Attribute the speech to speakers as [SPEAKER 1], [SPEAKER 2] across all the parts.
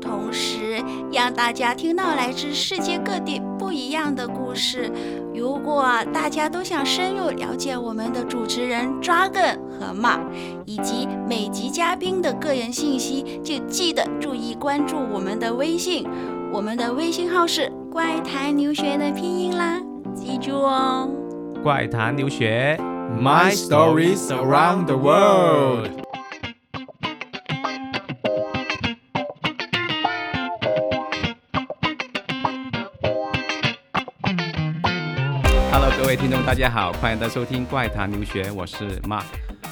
[SPEAKER 1] 同时让大家听到来自世界各地不一样的故事。如果大家都想深入了解我们的主持人抓根和马以及每集嘉宾的个人信息，就记得注意关注我们的微信我们的微信号是“怪谈留学”的拼音啦，记住哦。
[SPEAKER 2] 《怪谈留学》
[SPEAKER 3] My stories around the world。
[SPEAKER 2] Hello，各位听众，大家好，欢迎大家收听《怪谈留学》，我是 Mark。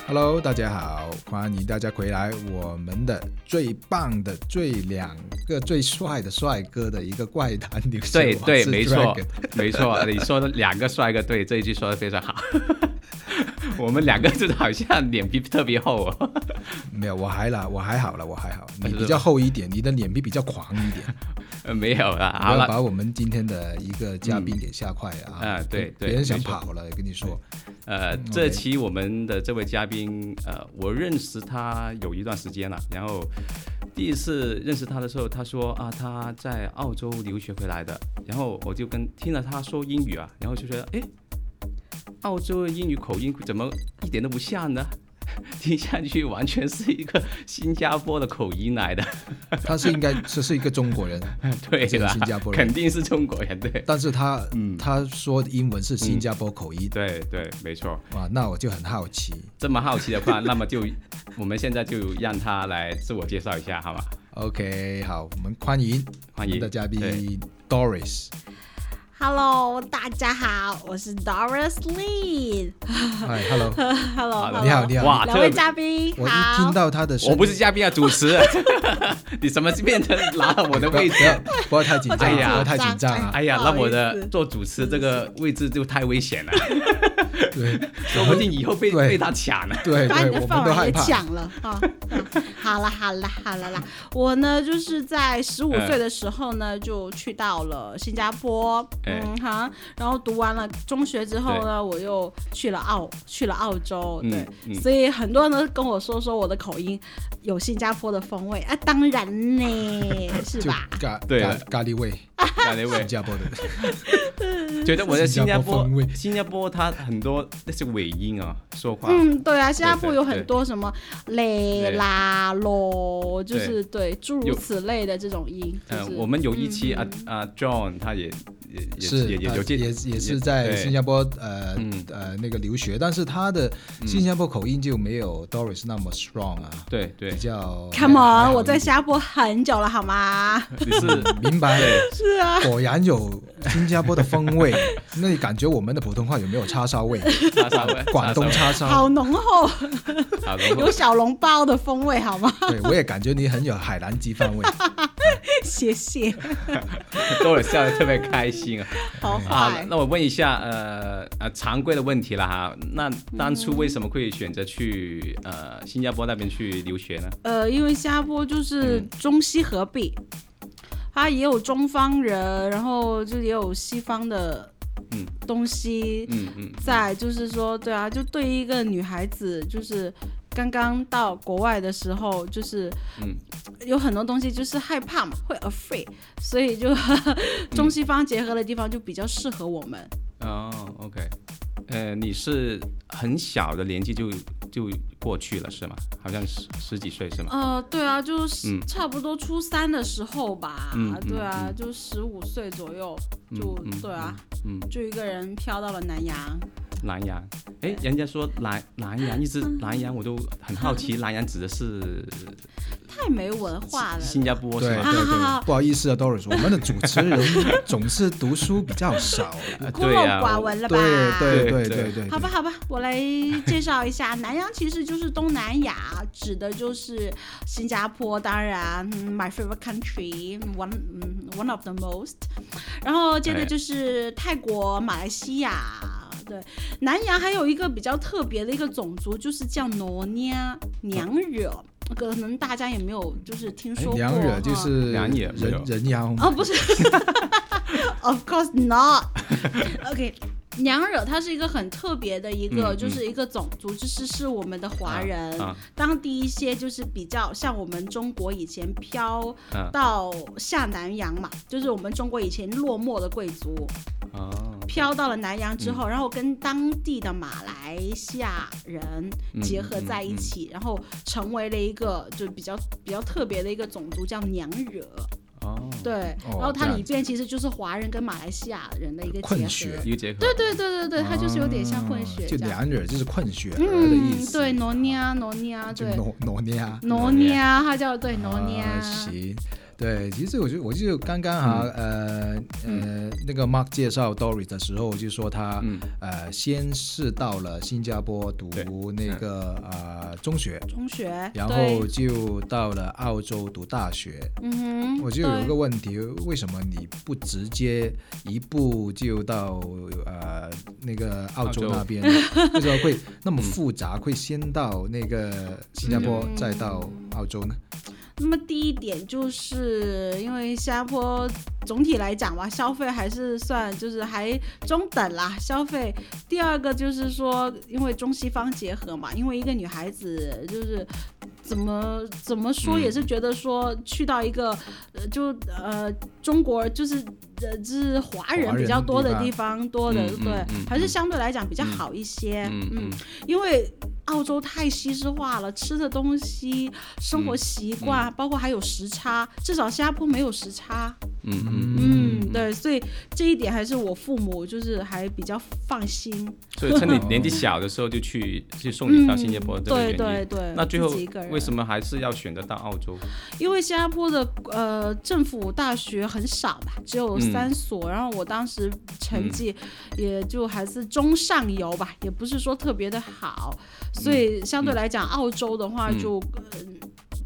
[SPEAKER 3] Hello，大家好，欢迎大家回来，我们的最棒的、最两个最帅的帅哥的一个怪谈留学。
[SPEAKER 2] 对
[SPEAKER 3] 我
[SPEAKER 2] 对，
[SPEAKER 3] 是
[SPEAKER 2] 没错
[SPEAKER 3] Dragon
[SPEAKER 2] 没错，你说的两个帅哥，对这一句说的非 常好。我们两个就是好像脸皮特别厚哦。
[SPEAKER 3] 没有，我还啦，我还好了，我还好。你
[SPEAKER 2] 是
[SPEAKER 3] 比较厚一点，你的脸皮比较狂一点，
[SPEAKER 2] 呃没有啦，
[SPEAKER 3] 不
[SPEAKER 2] 好
[SPEAKER 3] 要
[SPEAKER 2] 了，
[SPEAKER 3] 把我们今天的一个嘉宾给吓坏了啊！
[SPEAKER 2] 嗯啊对对
[SPEAKER 3] 别人想
[SPEAKER 2] 没错
[SPEAKER 3] 跑了，跟你说。
[SPEAKER 2] 呃，
[SPEAKER 3] 嗯
[SPEAKER 2] 这期我们的这位嘉宾，呃，我认识他有一段时间了，然后第一次认识他的时候，他说啊，他在澳洲留学回来的，然后我就跟听了他说英语啊，然后就觉得，诶，澳洲的英语口音怎么一点都不像呢？ 听下去完全是一个新加坡的口音啊来的，
[SPEAKER 3] 他是应该这是一个中 国人，
[SPEAKER 2] 对
[SPEAKER 3] 这个
[SPEAKER 2] 啦，
[SPEAKER 3] 新加坡人
[SPEAKER 2] 肯定是中国人，对，
[SPEAKER 3] 但是他、他说的英文是新加坡口
[SPEAKER 2] 嗯
[SPEAKER 3] 音，
[SPEAKER 2] 对对，没错。
[SPEAKER 3] 哇，那我就很好奇。
[SPEAKER 2] 这么好奇的话，那么就我们现在就让他来自我介绍一下，好吗？
[SPEAKER 3] OK，好，我们欢迎
[SPEAKER 2] 欢迎
[SPEAKER 3] 我们的嘉
[SPEAKER 2] 对
[SPEAKER 3] 宾 Doris。
[SPEAKER 4] Hello，大家好，我是 Doris Lee。
[SPEAKER 3] 嗨，Hello，
[SPEAKER 4] Hello，
[SPEAKER 3] 你好，你好。
[SPEAKER 2] 哇
[SPEAKER 4] 两位嘉宾
[SPEAKER 3] 啊我一
[SPEAKER 4] 好
[SPEAKER 3] 听。到他的声音，
[SPEAKER 2] 我不是嘉宾啊，主持 人，你怎么变成拿了我的
[SPEAKER 3] 不要
[SPEAKER 2] 位
[SPEAKER 3] 不
[SPEAKER 2] 置？
[SPEAKER 3] 要不要太紧张，
[SPEAKER 2] 哎
[SPEAKER 3] 不
[SPEAKER 2] 呀
[SPEAKER 3] 要太紧张啊！
[SPEAKER 2] 哎呀，
[SPEAKER 4] 不
[SPEAKER 2] 那
[SPEAKER 4] 好意思
[SPEAKER 2] 我的做主持这个位置就太危险了，
[SPEAKER 3] 对
[SPEAKER 2] 说哎不定以后被
[SPEAKER 3] 嗯对
[SPEAKER 2] 被他抢了。
[SPEAKER 3] 对
[SPEAKER 4] 把
[SPEAKER 3] 对，
[SPEAKER 4] 你
[SPEAKER 3] 我
[SPEAKER 4] 的
[SPEAKER 3] 们
[SPEAKER 4] 饭
[SPEAKER 3] 都
[SPEAKER 4] 碗
[SPEAKER 3] 害
[SPEAKER 4] 也
[SPEAKER 3] 怕。
[SPEAKER 4] 抢了啊！嗯 好了好了好了啦，我呢就是在十五
[SPEAKER 2] 嗯
[SPEAKER 4] 岁的时候呢就去到了新加坡，
[SPEAKER 2] 哎
[SPEAKER 4] 嗯哈，然后读完了中学之后呢，我又去了澳去了澳洲，
[SPEAKER 2] 嗯
[SPEAKER 4] 对，
[SPEAKER 2] 嗯
[SPEAKER 4] 所以很多人都跟我说说我的口音有新加坡的风味啊，当然 呢，是
[SPEAKER 3] 就
[SPEAKER 4] 吧？
[SPEAKER 3] 咖
[SPEAKER 2] 对
[SPEAKER 3] 咖咖喱味，
[SPEAKER 2] 那那位
[SPEAKER 3] 新加坡的，
[SPEAKER 2] 觉得我在新加
[SPEAKER 3] 新加坡
[SPEAKER 2] 坡
[SPEAKER 3] 风味，
[SPEAKER 2] 新加坡他很多那是尾音啊，说话。
[SPEAKER 4] 嗯，对啊，新加
[SPEAKER 2] 对
[SPEAKER 4] 坡
[SPEAKER 2] 对
[SPEAKER 4] 有
[SPEAKER 2] 对
[SPEAKER 4] 很多什么嘞啦咯，就是对诸
[SPEAKER 2] 有
[SPEAKER 4] 如此类的这种音，就
[SPEAKER 2] 嗯、
[SPEAKER 4] 是
[SPEAKER 2] 我们有一期啊啊，John 他也也也
[SPEAKER 3] 嗯是
[SPEAKER 2] 也也
[SPEAKER 3] 他
[SPEAKER 2] 有介
[SPEAKER 3] 也也是在
[SPEAKER 2] 对
[SPEAKER 3] 新加坡呃
[SPEAKER 2] 嗯
[SPEAKER 3] 呃那个留学，但是他的新加坡口音就没有 Doris 那么 strong 啊，
[SPEAKER 2] 对对
[SPEAKER 3] 比，较
[SPEAKER 4] Come
[SPEAKER 3] 还好
[SPEAKER 4] on，
[SPEAKER 3] 一
[SPEAKER 4] 我在
[SPEAKER 3] 点
[SPEAKER 4] 新加坡很久了，好吗？
[SPEAKER 2] 只是
[SPEAKER 3] 明白了，
[SPEAKER 4] 是 啊，
[SPEAKER 3] 果然有新加坡的风味。那你感觉我们的普通话有没有叉烧 味？
[SPEAKER 2] 叉烧味
[SPEAKER 3] 广东叉烧，
[SPEAKER 4] 好浓厚，
[SPEAKER 2] 哎叉烧味
[SPEAKER 4] 有小笼包的风味，好吗？
[SPEAKER 3] 对我也感觉你很有海南鸡饭味。
[SPEAKER 4] 谢谢，
[SPEAKER 2] 都有笑得特别开心啊！
[SPEAKER 4] 好
[SPEAKER 2] 啊
[SPEAKER 4] 坏，
[SPEAKER 2] 那我问一下，呃呃，常规的问题了哈。那当初为什么会选择去呃新加坡那边去留学呢？
[SPEAKER 4] 呃，因为新加坡就是
[SPEAKER 2] 嗯
[SPEAKER 4] 中西合璧，它也有中方人，然后就也有西方的
[SPEAKER 2] 嗯
[SPEAKER 4] 东西，
[SPEAKER 2] 嗯嗯，
[SPEAKER 4] 再就是说，对啊，就对于一个女孩子，就是刚刚到国外的时候，就是
[SPEAKER 2] 嗯
[SPEAKER 4] 有很多东西就是害怕嘛，会 afraid，所 以就
[SPEAKER 2] 嗯
[SPEAKER 4] 中西方结合的地方就比较适合我们。
[SPEAKER 2] 哦，OK，呃，你是很小的年纪就就过去了是吗？好像十十几岁是吗？
[SPEAKER 4] 呃，对啊，就是
[SPEAKER 2] 嗯
[SPEAKER 4] 差不多初三的时候吧，
[SPEAKER 2] 嗯嗯
[SPEAKER 4] 对啊，就十五岁左右，就、
[SPEAKER 2] 嗯嗯
[SPEAKER 4] 对啊，
[SPEAKER 2] 嗯
[SPEAKER 4] 就一个人飘到了南洋，
[SPEAKER 2] 南洋，哎，人家说南南洋一直
[SPEAKER 4] 嗯
[SPEAKER 2] 南洋，我都很好奇， 南洋指的是
[SPEAKER 4] 太没文化了。
[SPEAKER 2] 新加坡
[SPEAKER 3] 对
[SPEAKER 2] 是吗？
[SPEAKER 3] 对对
[SPEAKER 4] 啊，
[SPEAKER 3] 不好意思啊，Doris，我们的主持人总是读书比较 少。
[SPEAKER 2] 啊
[SPEAKER 4] 孤
[SPEAKER 2] 对
[SPEAKER 4] 陋
[SPEAKER 2] 呀、
[SPEAKER 4] 寡闻了吧？
[SPEAKER 3] 对对
[SPEAKER 2] 对
[SPEAKER 3] 对对对，
[SPEAKER 4] 好吧，好吧，我来介绍一下，南洋其实就是东南亚，指的就是新加坡，当然嗯，my favorite country，one 嗯 one of the most。然后接着
[SPEAKER 2] 哎
[SPEAKER 4] 就是泰国、马来西亚。对，南洋还有一个比较特别的一个种族，就是叫挪娘娘惹，可能大家也没有就是听说过。
[SPEAKER 3] 娘哎惹就
[SPEAKER 4] 哈
[SPEAKER 3] 是
[SPEAKER 2] 娘惹没
[SPEAKER 3] 人
[SPEAKER 2] 有
[SPEAKER 3] 人妖嘛
[SPEAKER 4] 哦，不是 ，Of course not 。OK，娘惹它是一个很特别的一个，
[SPEAKER 2] 嗯
[SPEAKER 4] 就是一个种族，就是是我们的华人、
[SPEAKER 2] 啊
[SPEAKER 4] 当地一些就是比较像我们中国以前飘
[SPEAKER 2] 啊
[SPEAKER 4] 到下南洋嘛，就是我们中国以前落寞的贵族
[SPEAKER 2] 哦，
[SPEAKER 4] 飘到了南洋之后，
[SPEAKER 2] 嗯
[SPEAKER 4] 然后跟当地的马来西亚人
[SPEAKER 2] 嗯
[SPEAKER 4] 结合在一，起，然后成为了一个就比较比较特别的一个种族，叫娘惹。
[SPEAKER 2] 嗯嗯嗯哦，
[SPEAKER 4] 对，
[SPEAKER 3] 哦
[SPEAKER 4] 然后
[SPEAKER 3] 这
[SPEAKER 4] 它
[SPEAKER 3] 样
[SPEAKER 4] 里边其实就是华人跟马来西亚人的一个
[SPEAKER 3] 混
[SPEAKER 4] 结合
[SPEAKER 3] 血。
[SPEAKER 2] 一个结合，
[SPEAKER 4] 对对对对对，它就是有点像混
[SPEAKER 3] 哦
[SPEAKER 4] 血
[SPEAKER 3] 就
[SPEAKER 4] 这样。
[SPEAKER 3] 娘惹就是混血儿的意
[SPEAKER 4] 嗯，
[SPEAKER 3] 思。
[SPEAKER 4] 对，挪捏挪捏，
[SPEAKER 3] 就
[SPEAKER 4] 啊对，
[SPEAKER 3] 挪挪捏啊。
[SPEAKER 4] 挪捏，它叫对挪捏。
[SPEAKER 3] 啊行，对，其实我就我就刚刚哈、呃呃那个 Mark 介绍 Doris 的时候，就说他、
[SPEAKER 2] 嗯
[SPEAKER 3] 呃先是到了新加坡读那个呃中学，
[SPEAKER 4] 中学，
[SPEAKER 3] 然
[SPEAKER 4] 对
[SPEAKER 3] 后就到了澳洲读大学。
[SPEAKER 4] 嗯哼，
[SPEAKER 3] 我就有一
[SPEAKER 4] 对
[SPEAKER 3] 个问题，为什么你不直接一步就到呃那个澳洲
[SPEAKER 2] 澳洲
[SPEAKER 3] 那边呢？为什么会那么复杂？会先到那个新加坡，再到澳洲呢？
[SPEAKER 4] 那么第一点就是因为新加坡总体来讲吧，消费还是算就是还中等啦，消费。第二个就是说，因为中西方结合嘛，因为一个女孩子就是。怎么怎么说
[SPEAKER 2] 嗯
[SPEAKER 4] 也是觉得说去到一个，呃，就呃中国就是呃就是华人
[SPEAKER 3] 华人
[SPEAKER 4] 比较多的
[SPEAKER 3] 地
[SPEAKER 4] 地方多的
[SPEAKER 2] 嗯嗯
[SPEAKER 4] 对
[SPEAKER 2] 嗯，
[SPEAKER 4] 还是相对来讲比较好一些，
[SPEAKER 2] 嗯嗯
[SPEAKER 4] 因为澳洲太西式化了，吃的东西、生活习惯，包括还有时差，至少新加坡没有时差。
[SPEAKER 2] 嗯嗯，
[SPEAKER 4] 嗯，对，所以这一点还是我父母就是还比较放心。
[SPEAKER 2] 所以趁你年纪小的时候就去去送你到新加坡，
[SPEAKER 4] 嗯
[SPEAKER 2] 这个
[SPEAKER 4] 对
[SPEAKER 2] 原
[SPEAKER 4] 对
[SPEAKER 2] 因。
[SPEAKER 4] 对。
[SPEAKER 2] 那最后
[SPEAKER 4] 自己一个人
[SPEAKER 2] 为什么还是要选择到澳洲？
[SPEAKER 4] 因为新加坡的呃政府大学很少吧，只有
[SPEAKER 2] 嗯
[SPEAKER 4] 三所，然后我当时成绩也就还是中上游吧，也不是说特别的好，所以相对来讲，澳洲的话
[SPEAKER 2] 嗯
[SPEAKER 4] 就、呃、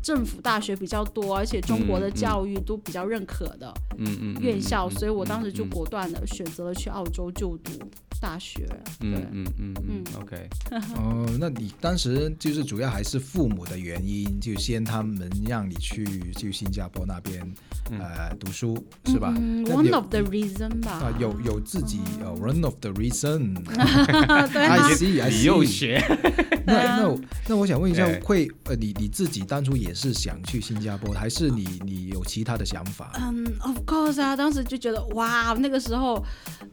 [SPEAKER 4] 政府大学比较多，而且中国的教育都比较认可的
[SPEAKER 2] 嗯嗯，
[SPEAKER 4] 院校，所以我当时就
[SPEAKER 2] 嗯
[SPEAKER 4] 果断的选择了去澳洲就读大学。对。
[SPEAKER 2] 嗯嗯嗯嗯，OK，
[SPEAKER 3] 哦，那你当时就是主要还是父母的原因，就先他们让你去就新加坡那边、
[SPEAKER 2] 嗯
[SPEAKER 3] 呃读书是吧？
[SPEAKER 4] 嗯
[SPEAKER 3] 那你
[SPEAKER 4] ，one of 嗯 the reason 吧。
[SPEAKER 3] 啊有有自己呃 one of the reason
[SPEAKER 4] 对啊
[SPEAKER 3] I see I
[SPEAKER 2] 你
[SPEAKER 3] see
[SPEAKER 2] 又学，
[SPEAKER 3] 那
[SPEAKER 4] 对啊
[SPEAKER 3] 那我那我想问一下
[SPEAKER 2] 哎，
[SPEAKER 3] 会呃，你你自己当初也是想去新加坡，还是你你有其他的想法？
[SPEAKER 4] 嗯，of course 啊，当时就觉得哇，那个时候，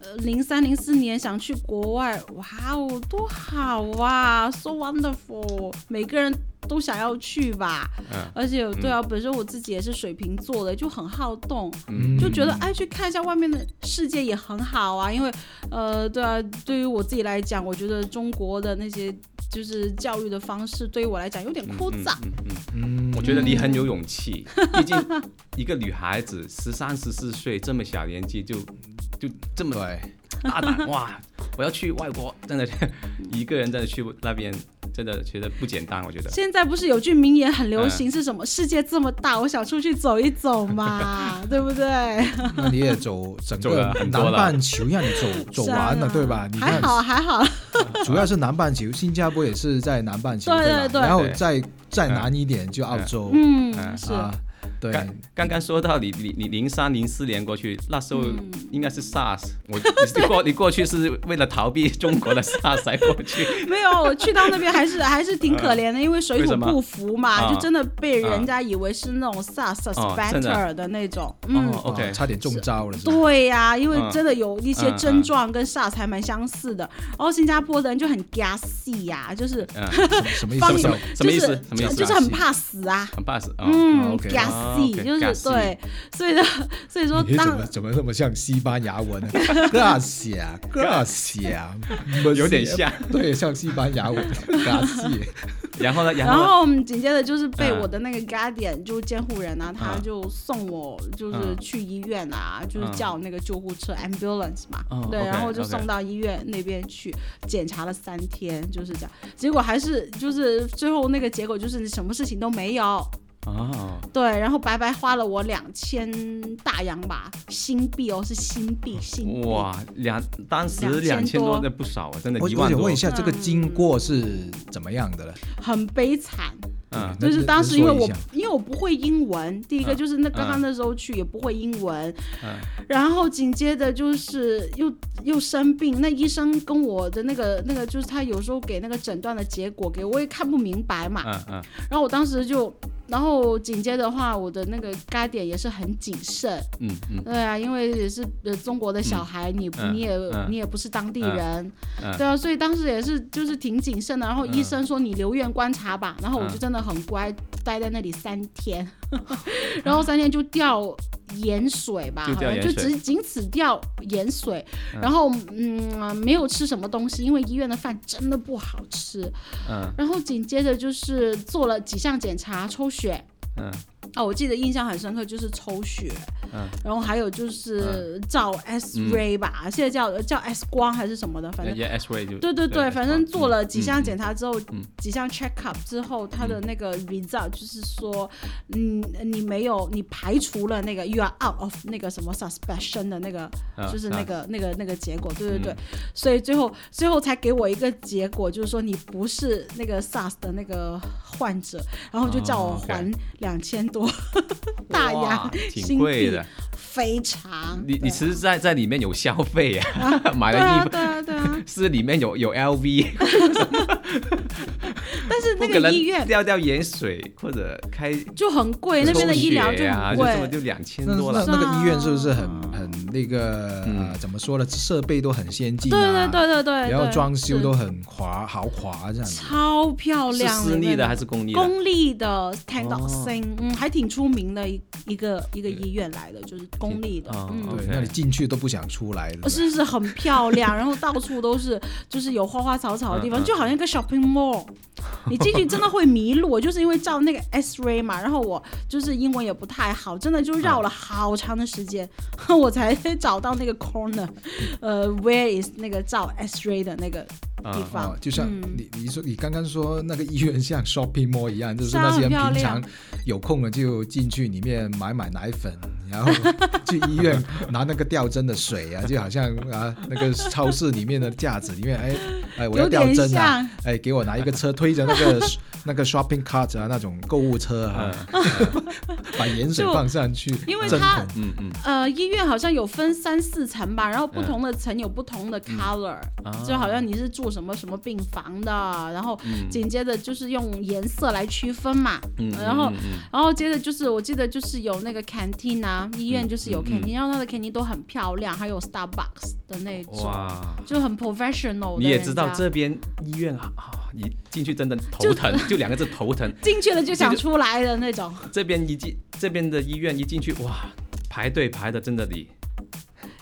[SPEAKER 4] 呃，零三零四年想去国外，哇哦，多好啊，so wonderful，每个人都想要去吧。
[SPEAKER 2] 嗯
[SPEAKER 4] 而且对啊，本身我自己也是水瓶座的，就很好动，
[SPEAKER 2] 嗯
[SPEAKER 4] 就觉得哎，去看一下外面的世界也很好啊。因为，呃，对啊，对于我自己来讲，我觉得中国的那些就是教育的方式，对于我来讲有点枯燥。
[SPEAKER 2] 嗯嗯。
[SPEAKER 3] 嗯，
[SPEAKER 2] 我觉得你很有勇 气，毕竟一个女孩子十三十四岁这么小年纪就就这么
[SPEAKER 3] 对，
[SPEAKER 2] 大胆哇！我要去外国，真的一个人真的去那边，真的觉得不简单。我觉得
[SPEAKER 4] 现在不是有句名言很流
[SPEAKER 2] 嗯
[SPEAKER 4] 行，是什么？世界这么大，我想出去走一 走嘛，对不对？
[SPEAKER 3] 那你也走整
[SPEAKER 2] 走
[SPEAKER 3] 个
[SPEAKER 2] 了很多
[SPEAKER 3] 南
[SPEAKER 2] 了
[SPEAKER 3] 半球，让你走走完了，对吧？你
[SPEAKER 4] 啊还
[SPEAKER 3] 看，
[SPEAKER 4] 好还好，
[SPEAKER 3] 主要是南半球，新加坡也是在南半球，
[SPEAKER 4] 对
[SPEAKER 3] 吧？
[SPEAKER 4] 对对
[SPEAKER 3] 然后
[SPEAKER 2] 对
[SPEAKER 3] 再再南一点就澳洲，
[SPEAKER 4] 嗯，
[SPEAKER 2] 嗯
[SPEAKER 4] 是，
[SPEAKER 3] 啊，对，
[SPEAKER 2] 刚刚刚说到你你你零三零四年过去，那时候
[SPEAKER 4] 嗯
[SPEAKER 2] 应该是 SARS，、我你你过你过去是为了逃避中国 的 SARS 才过去，
[SPEAKER 4] 没有，我去到那边还是 还是挺可怜的，因为水
[SPEAKER 2] 嗯为
[SPEAKER 4] 土
[SPEAKER 2] 什么
[SPEAKER 4] 不服嘛，
[SPEAKER 2] 啊
[SPEAKER 4] 就真的被人家以为是那种 SARS
[SPEAKER 2] 真的
[SPEAKER 4] suspector 的那种，嗯。
[SPEAKER 2] 哦，OK，
[SPEAKER 3] 啊差点中招了，是吧
[SPEAKER 4] 对呀、因为
[SPEAKER 2] 嗯
[SPEAKER 4] 真的有一些
[SPEAKER 2] 嗯
[SPEAKER 4] 症状跟 SARS 还蛮相似的，然后新加坡的人就很 g a s 呀，就是
[SPEAKER 2] 嗯，
[SPEAKER 3] 什么意
[SPEAKER 4] 方
[SPEAKER 3] 思？
[SPEAKER 2] 什么意
[SPEAKER 4] 就
[SPEAKER 2] 思
[SPEAKER 4] 是
[SPEAKER 2] 什么意思
[SPEAKER 4] 就是很怕死啊，
[SPEAKER 2] 很 pass 啊、
[SPEAKER 4] 嗯
[SPEAKER 3] 哦 OK
[SPEAKER 4] g a s
[SPEAKER 2] OK，
[SPEAKER 4] 就是
[SPEAKER 2] 尬戏
[SPEAKER 4] 对，所以呢，所以说
[SPEAKER 3] 你怎
[SPEAKER 4] 当
[SPEAKER 3] 么怎么那么像西班牙文呢 ？Gracias, gracias，
[SPEAKER 2] 有点像，
[SPEAKER 3] 对，像西班牙 文 Gracias。
[SPEAKER 2] 然后呢，然
[SPEAKER 4] 然
[SPEAKER 2] 后呢
[SPEAKER 4] 后紧接着就是被
[SPEAKER 2] 嗯
[SPEAKER 4] 我的那个 guardian 就是监护人啊，他
[SPEAKER 2] 嗯
[SPEAKER 4] 就送我就是
[SPEAKER 2] 嗯
[SPEAKER 4] 去医院啊，就是
[SPEAKER 2] 嗯
[SPEAKER 4] 叫那个救护车 ambulance 嘛
[SPEAKER 2] 哦，
[SPEAKER 4] 对，
[SPEAKER 2] OK，
[SPEAKER 4] 然后就送
[SPEAKER 2] OK
[SPEAKER 4] 到医院那边去检查了三天，就是这样，结果还是就是最后那个结果就是什么事情都没有，
[SPEAKER 2] 哦，
[SPEAKER 4] 对，然后白白花了我两千大洋吧，新币哦，是新币，新币，
[SPEAKER 2] 哇，两当时两
[SPEAKER 4] 两
[SPEAKER 2] 千
[SPEAKER 4] 千
[SPEAKER 2] 多
[SPEAKER 4] 多，
[SPEAKER 2] 那不少啊，真的，
[SPEAKER 3] 我
[SPEAKER 2] 一
[SPEAKER 3] 我
[SPEAKER 2] 万
[SPEAKER 3] 想
[SPEAKER 2] 多
[SPEAKER 3] 问一。下，这个经过是怎么样的了？
[SPEAKER 4] 很悲惨。
[SPEAKER 2] 嗯
[SPEAKER 3] 那
[SPEAKER 4] 就是当时因为
[SPEAKER 3] 说
[SPEAKER 4] 我
[SPEAKER 3] 一下
[SPEAKER 4] 因为我不会英文，第一个
[SPEAKER 2] 嗯
[SPEAKER 4] 就是那
[SPEAKER 2] 嗯
[SPEAKER 4] 刚刚那时候去也不会英文，
[SPEAKER 2] 嗯
[SPEAKER 4] 然后紧接着就是又又生病，那医生跟我的那个那个就是他有时候给那个诊断的结果给我也看不明白嘛，
[SPEAKER 2] 嗯嗯
[SPEAKER 4] 然后我当时就。然后紧接着的话，我的那个嘎点也是很谨慎，
[SPEAKER 2] 嗯嗯
[SPEAKER 4] 对啊，因为也是呃中国的小孩，你不
[SPEAKER 2] 嗯
[SPEAKER 4] 你也、
[SPEAKER 2] 嗯
[SPEAKER 4] 你也不是当地
[SPEAKER 2] 嗯
[SPEAKER 4] 人，
[SPEAKER 2] 嗯
[SPEAKER 4] 对啊，所以当时也是就是挺谨慎的。然后医
[SPEAKER 2] 嗯
[SPEAKER 4] 生说你留院观察吧，然后我就
[SPEAKER 2] 嗯
[SPEAKER 4] 真的很乖，待在那里三 天，然后三天就掉盐水吧，
[SPEAKER 2] 就
[SPEAKER 4] 好
[SPEAKER 2] 掉
[SPEAKER 4] 像
[SPEAKER 2] 盐
[SPEAKER 4] 就
[SPEAKER 2] 水
[SPEAKER 4] 只仅此掉盐水，然后嗯没有吃什么东西，因为医院的饭真的不好吃。
[SPEAKER 2] 嗯
[SPEAKER 4] 然后紧接着就是做了几项检查，抽血。
[SPEAKER 2] 嗯
[SPEAKER 4] 啊，我记得印象很深刻，就是抽血，
[SPEAKER 2] 嗯
[SPEAKER 4] 然后还有就是照 S
[SPEAKER 2] 嗯
[SPEAKER 4] ray 吧，现在叫叫 X 光还是什么的，反正
[SPEAKER 2] 嗯，也 S ray 就
[SPEAKER 4] 对对对，反正做了几项
[SPEAKER 2] 嗯
[SPEAKER 4] 检查之后，
[SPEAKER 2] 嗯
[SPEAKER 4] 几项 check up 之后，他的那个 result 就是说，嗯，你没有，你排除了那个 you are out of 那个什么 suspicion 的那个，
[SPEAKER 2] 嗯
[SPEAKER 4] 就是
[SPEAKER 2] 嗯
[SPEAKER 4] 那个、那个那个结果，对对对，
[SPEAKER 2] 嗯
[SPEAKER 4] 所以最后最后才给我一个结果，就是说你不是那个 SARS 的那个患者，然后就叫我
[SPEAKER 2] 哦，OK
[SPEAKER 4] 还两千多 大
[SPEAKER 2] 哇
[SPEAKER 4] 洋，
[SPEAKER 2] 挺贵
[SPEAKER 4] 新
[SPEAKER 2] 的。
[SPEAKER 4] 非常，
[SPEAKER 2] 你你
[SPEAKER 4] 对
[SPEAKER 2] 其实在在里面有消费啊， 买
[SPEAKER 4] 对
[SPEAKER 2] 了衣
[SPEAKER 4] 啊
[SPEAKER 2] 服
[SPEAKER 4] 对啊对啊，
[SPEAKER 2] 是里面有有 LV，
[SPEAKER 4] 但是
[SPEAKER 2] 不
[SPEAKER 4] 那
[SPEAKER 2] 可
[SPEAKER 4] 个
[SPEAKER 2] 能
[SPEAKER 4] 医院。
[SPEAKER 2] 掉掉盐水或者开
[SPEAKER 4] 就很贵，那边的医疗
[SPEAKER 2] 抽血啊
[SPEAKER 4] 很
[SPEAKER 2] 就
[SPEAKER 4] 贵，
[SPEAKER 2] 这么就两千
[SPEAKER 3] 那
[SPEAKER 2] 多
[SPEAKER 3] 那
[SPEAKER 2] 了。
[SPEAKER 3] 那个
[SPEAKER 4] 啊
[SPEAKER 3] 医院是不是很很那个
[SPEAKER 2] 嗯
[SPEAKER 3] 呃怎么说呢？设备都很先进
[SPEAKER 4] 对对
[SPEAKER 3] 啊，
[SPEAKER 4] 对对对，
[SPEAKER 3] 然后
[SPEAKER 4] 对
[SPEAKER 3] 装修
[SPEAKER 4] 是
[SPEAKER 3] 都很华豪华这样子。
[SPEAKER 4] 超漂
[SPEAKER 2] 是
[SPEAKER 4] 亮，
[SPEAKER 2] 私立的还是公立的？
[SPEAKER 4] 公立的 t a n d
[SPEAKER 2] 哦
[SPEAKER 4] o s i n 嗯，还挺出名的一一个一个医院来的，就是公立的，
[SPEAKER 2] 哦
[SPEAKER 4] 嗯。
[SPEAKER 2] OK
[SPEAKER 3] 对，那你进去都不想出来的。
[SPEAKER 4] 哦是是很漂亮，然后到处都是就是有花花草草的地
[SPEAKER 2] 嗯
[SPEAKER 4] 方，
[SPEAKER 2] 嗯
[SPEAKER 4] 就好像一个 shopping mall，你进去真的会迷路。我就是因为照那个 S ray 嘛，然后我就是英文也不太好，真的就绕了好长的时间， 我才找到那个 corner，呃，where is 那个照 S ray 的那个地
[SPEAKER 2] 啊，
[SPEAKER 4] 方
[SPEAKER 3] 哦，，就像
[SPEAKER 4] 嗯
[SPEAKER 3] 你你说你刚刚说那个医院像 shopping mall 一样，就是
[SPEAKER 4] 是啊
[SPEAKER 3] 那些人
[SPEAKER 4] 很漂
[SPEAKER 3] 平
[SPEAKER 4] 亮
[SPEAKER 3] 常有空了就进去里面买买奶粉，然后 去医院拿那个吊针的水啊，就好像啊那个超市里面的架子里面，哎哎我要
[SPEAKER 4] 有
[SPEAKER 3] 吊
[SPEAKER 4] 点
[SPEAKER 3] 针啊
[SPEAKER 4] 像，
[SPEAKER 3] 哎给我拿一个车推着那个 那个 shopping cart 啊那种购物车啊，
[SPEAKER 2] 嗯
[SPEAKER 3] 把盐水
[SPEAKER 4] 就
[SPEAKER 3] 放上去，
[SPEAKER 4] 因为
[SPEAKER 3] 针
[SPEAKER 4] 它
[SPEAKER 3] 筒
[SPEAKER 2] 嗯嗯
[SPEAKER 4] 呃，医院好像有分三四层吧，然后不
[SPEAKER 2] 嗯
[SPEAKER 4] 同的层有不同的 color，、
[SPEAKER 2] 啊
[SPEAKER 4] 就好像你是住什么什么病房的，然后
[SPEAKER 2] 嗯
[SPEAKER 4] 紧接着就是用颜色来区分嘛，
[SPEAKER 2] 嗯，
[SPEAKER 4] 然后
[SPEAKER 2] 嗯嗯
[SPEAKER 4] 然后接着就是我记得就是有那个 canteen 啊，医院就是有
[SPEAKER 2] 嗯嗯
[SPEAKER 4] canteen，、然后它的 canteen 都很漂亮，还有 Starbucks 的那
[SPEAKER 2] 嗯
[SPEAKER 4] 种，
[SPEAKER 2] 哇，
[SPEAKER 4] 就很 professional 的。
[SPEAKER 2] 你也知道这边医院啊，啊你进去真的头疼， 就两个字头疼。
[SPEAKER 4] 进去了就想
[SPEAKER 2] 这就
[SPEAKER 4] 出来的那种，
[SPEAKER 2] 这边一进这边的医院一进去，哇，排队排的真的你，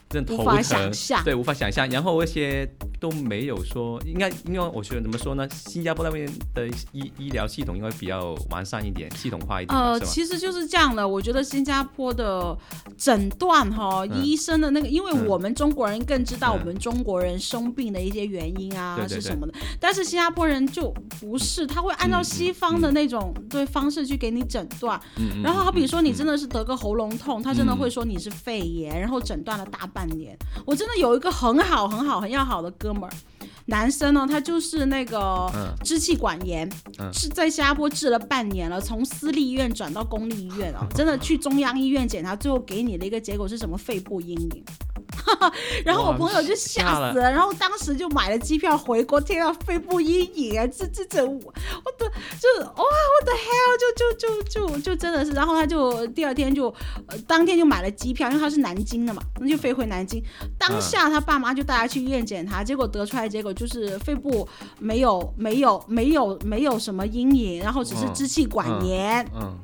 [SPEAKER 2] 真的头疼
[SPEAKER 4] 无法想象
[SPEAKER 2] 对，无法想象。然后那些都没有说，应该因为我觉得怎么说呢，新加坡那边的医医疗系统应该比较完善一点，系统化一点，
[SPEAKER 4] 呃，
[SPEAKER 2] 是嗯吧？
[SPEAKER 4] 其实就是这样的。我觉得新加坡的诊断哈，
[SPEAKER 2] 嗯
[SPEAKER 4] 医生的那个，因为我们中国人更知道
[SPEAKER 2] 嗯
[SPEAKER 4] 我们中国人生病的一些原因啊、
[SPEAKER 2] 对对
[SPEAKER 4] 是什么的，但是新加坡人就不是，他会按
[SPEAKER 2] 嗯
[SPEAKER 4] 照
[SPEAKER 2] 嗯
[SPEAKER 4] 西方的那种对方式去给你诊断。
[SPEAKER 2] 嗯嗯
[SPEAKER 4] 然后好比
[SPEAKER 2] 嗯
[SPEAKER 4] 说你真
[SPEAKER 2] 嗯
[SPEAKER 4] 的是得个喉咙痛，他真的
[SPEAKER 2] 嗯
[SPEAKER 4] 会说你是肺炎，然后诊断了大半年。我真的有一个很好很好很要好的哥们儿，男生呢，他就是那个
[SPEAKER 2] 嗯
[SPEAKER 4] 支气管炎，
[SPEAKER 2] 嗯
[SPEAKER 4] 是在新加坡治了半年了，从私立医院转到公立医院哦，真
[SPEAKER 2] 嗯
[SPEAKER 4] 的去中央医院检查，最后给你的一个结果是什么肺部阴影。 然后我
[SPEAKER 2] 哇
[SPEAKER 4] 朋友就吓
[SPEAKER 2] 吓了
[SPEAKER 4] 死了，然后当时就买了机票回国，天啊，肺部阴影啊，这这这我我的就是哇，我的 hell，就就就就就真的是，然后他就第二天就、呃、当天就买了机票，因为他是南京的嘛，那就飞回南京，
[SPEAKER 2] 嗯
[SPEAKER 4] 当下他爸妈就带他去医院检查，结果得出来结果就是肺部没有没有没有没有什么阴影，然后只是
[SPEAKER 2] 嗯
[SPEAKER 4] 支气管炎。
[SPEAKER 2] 嗯，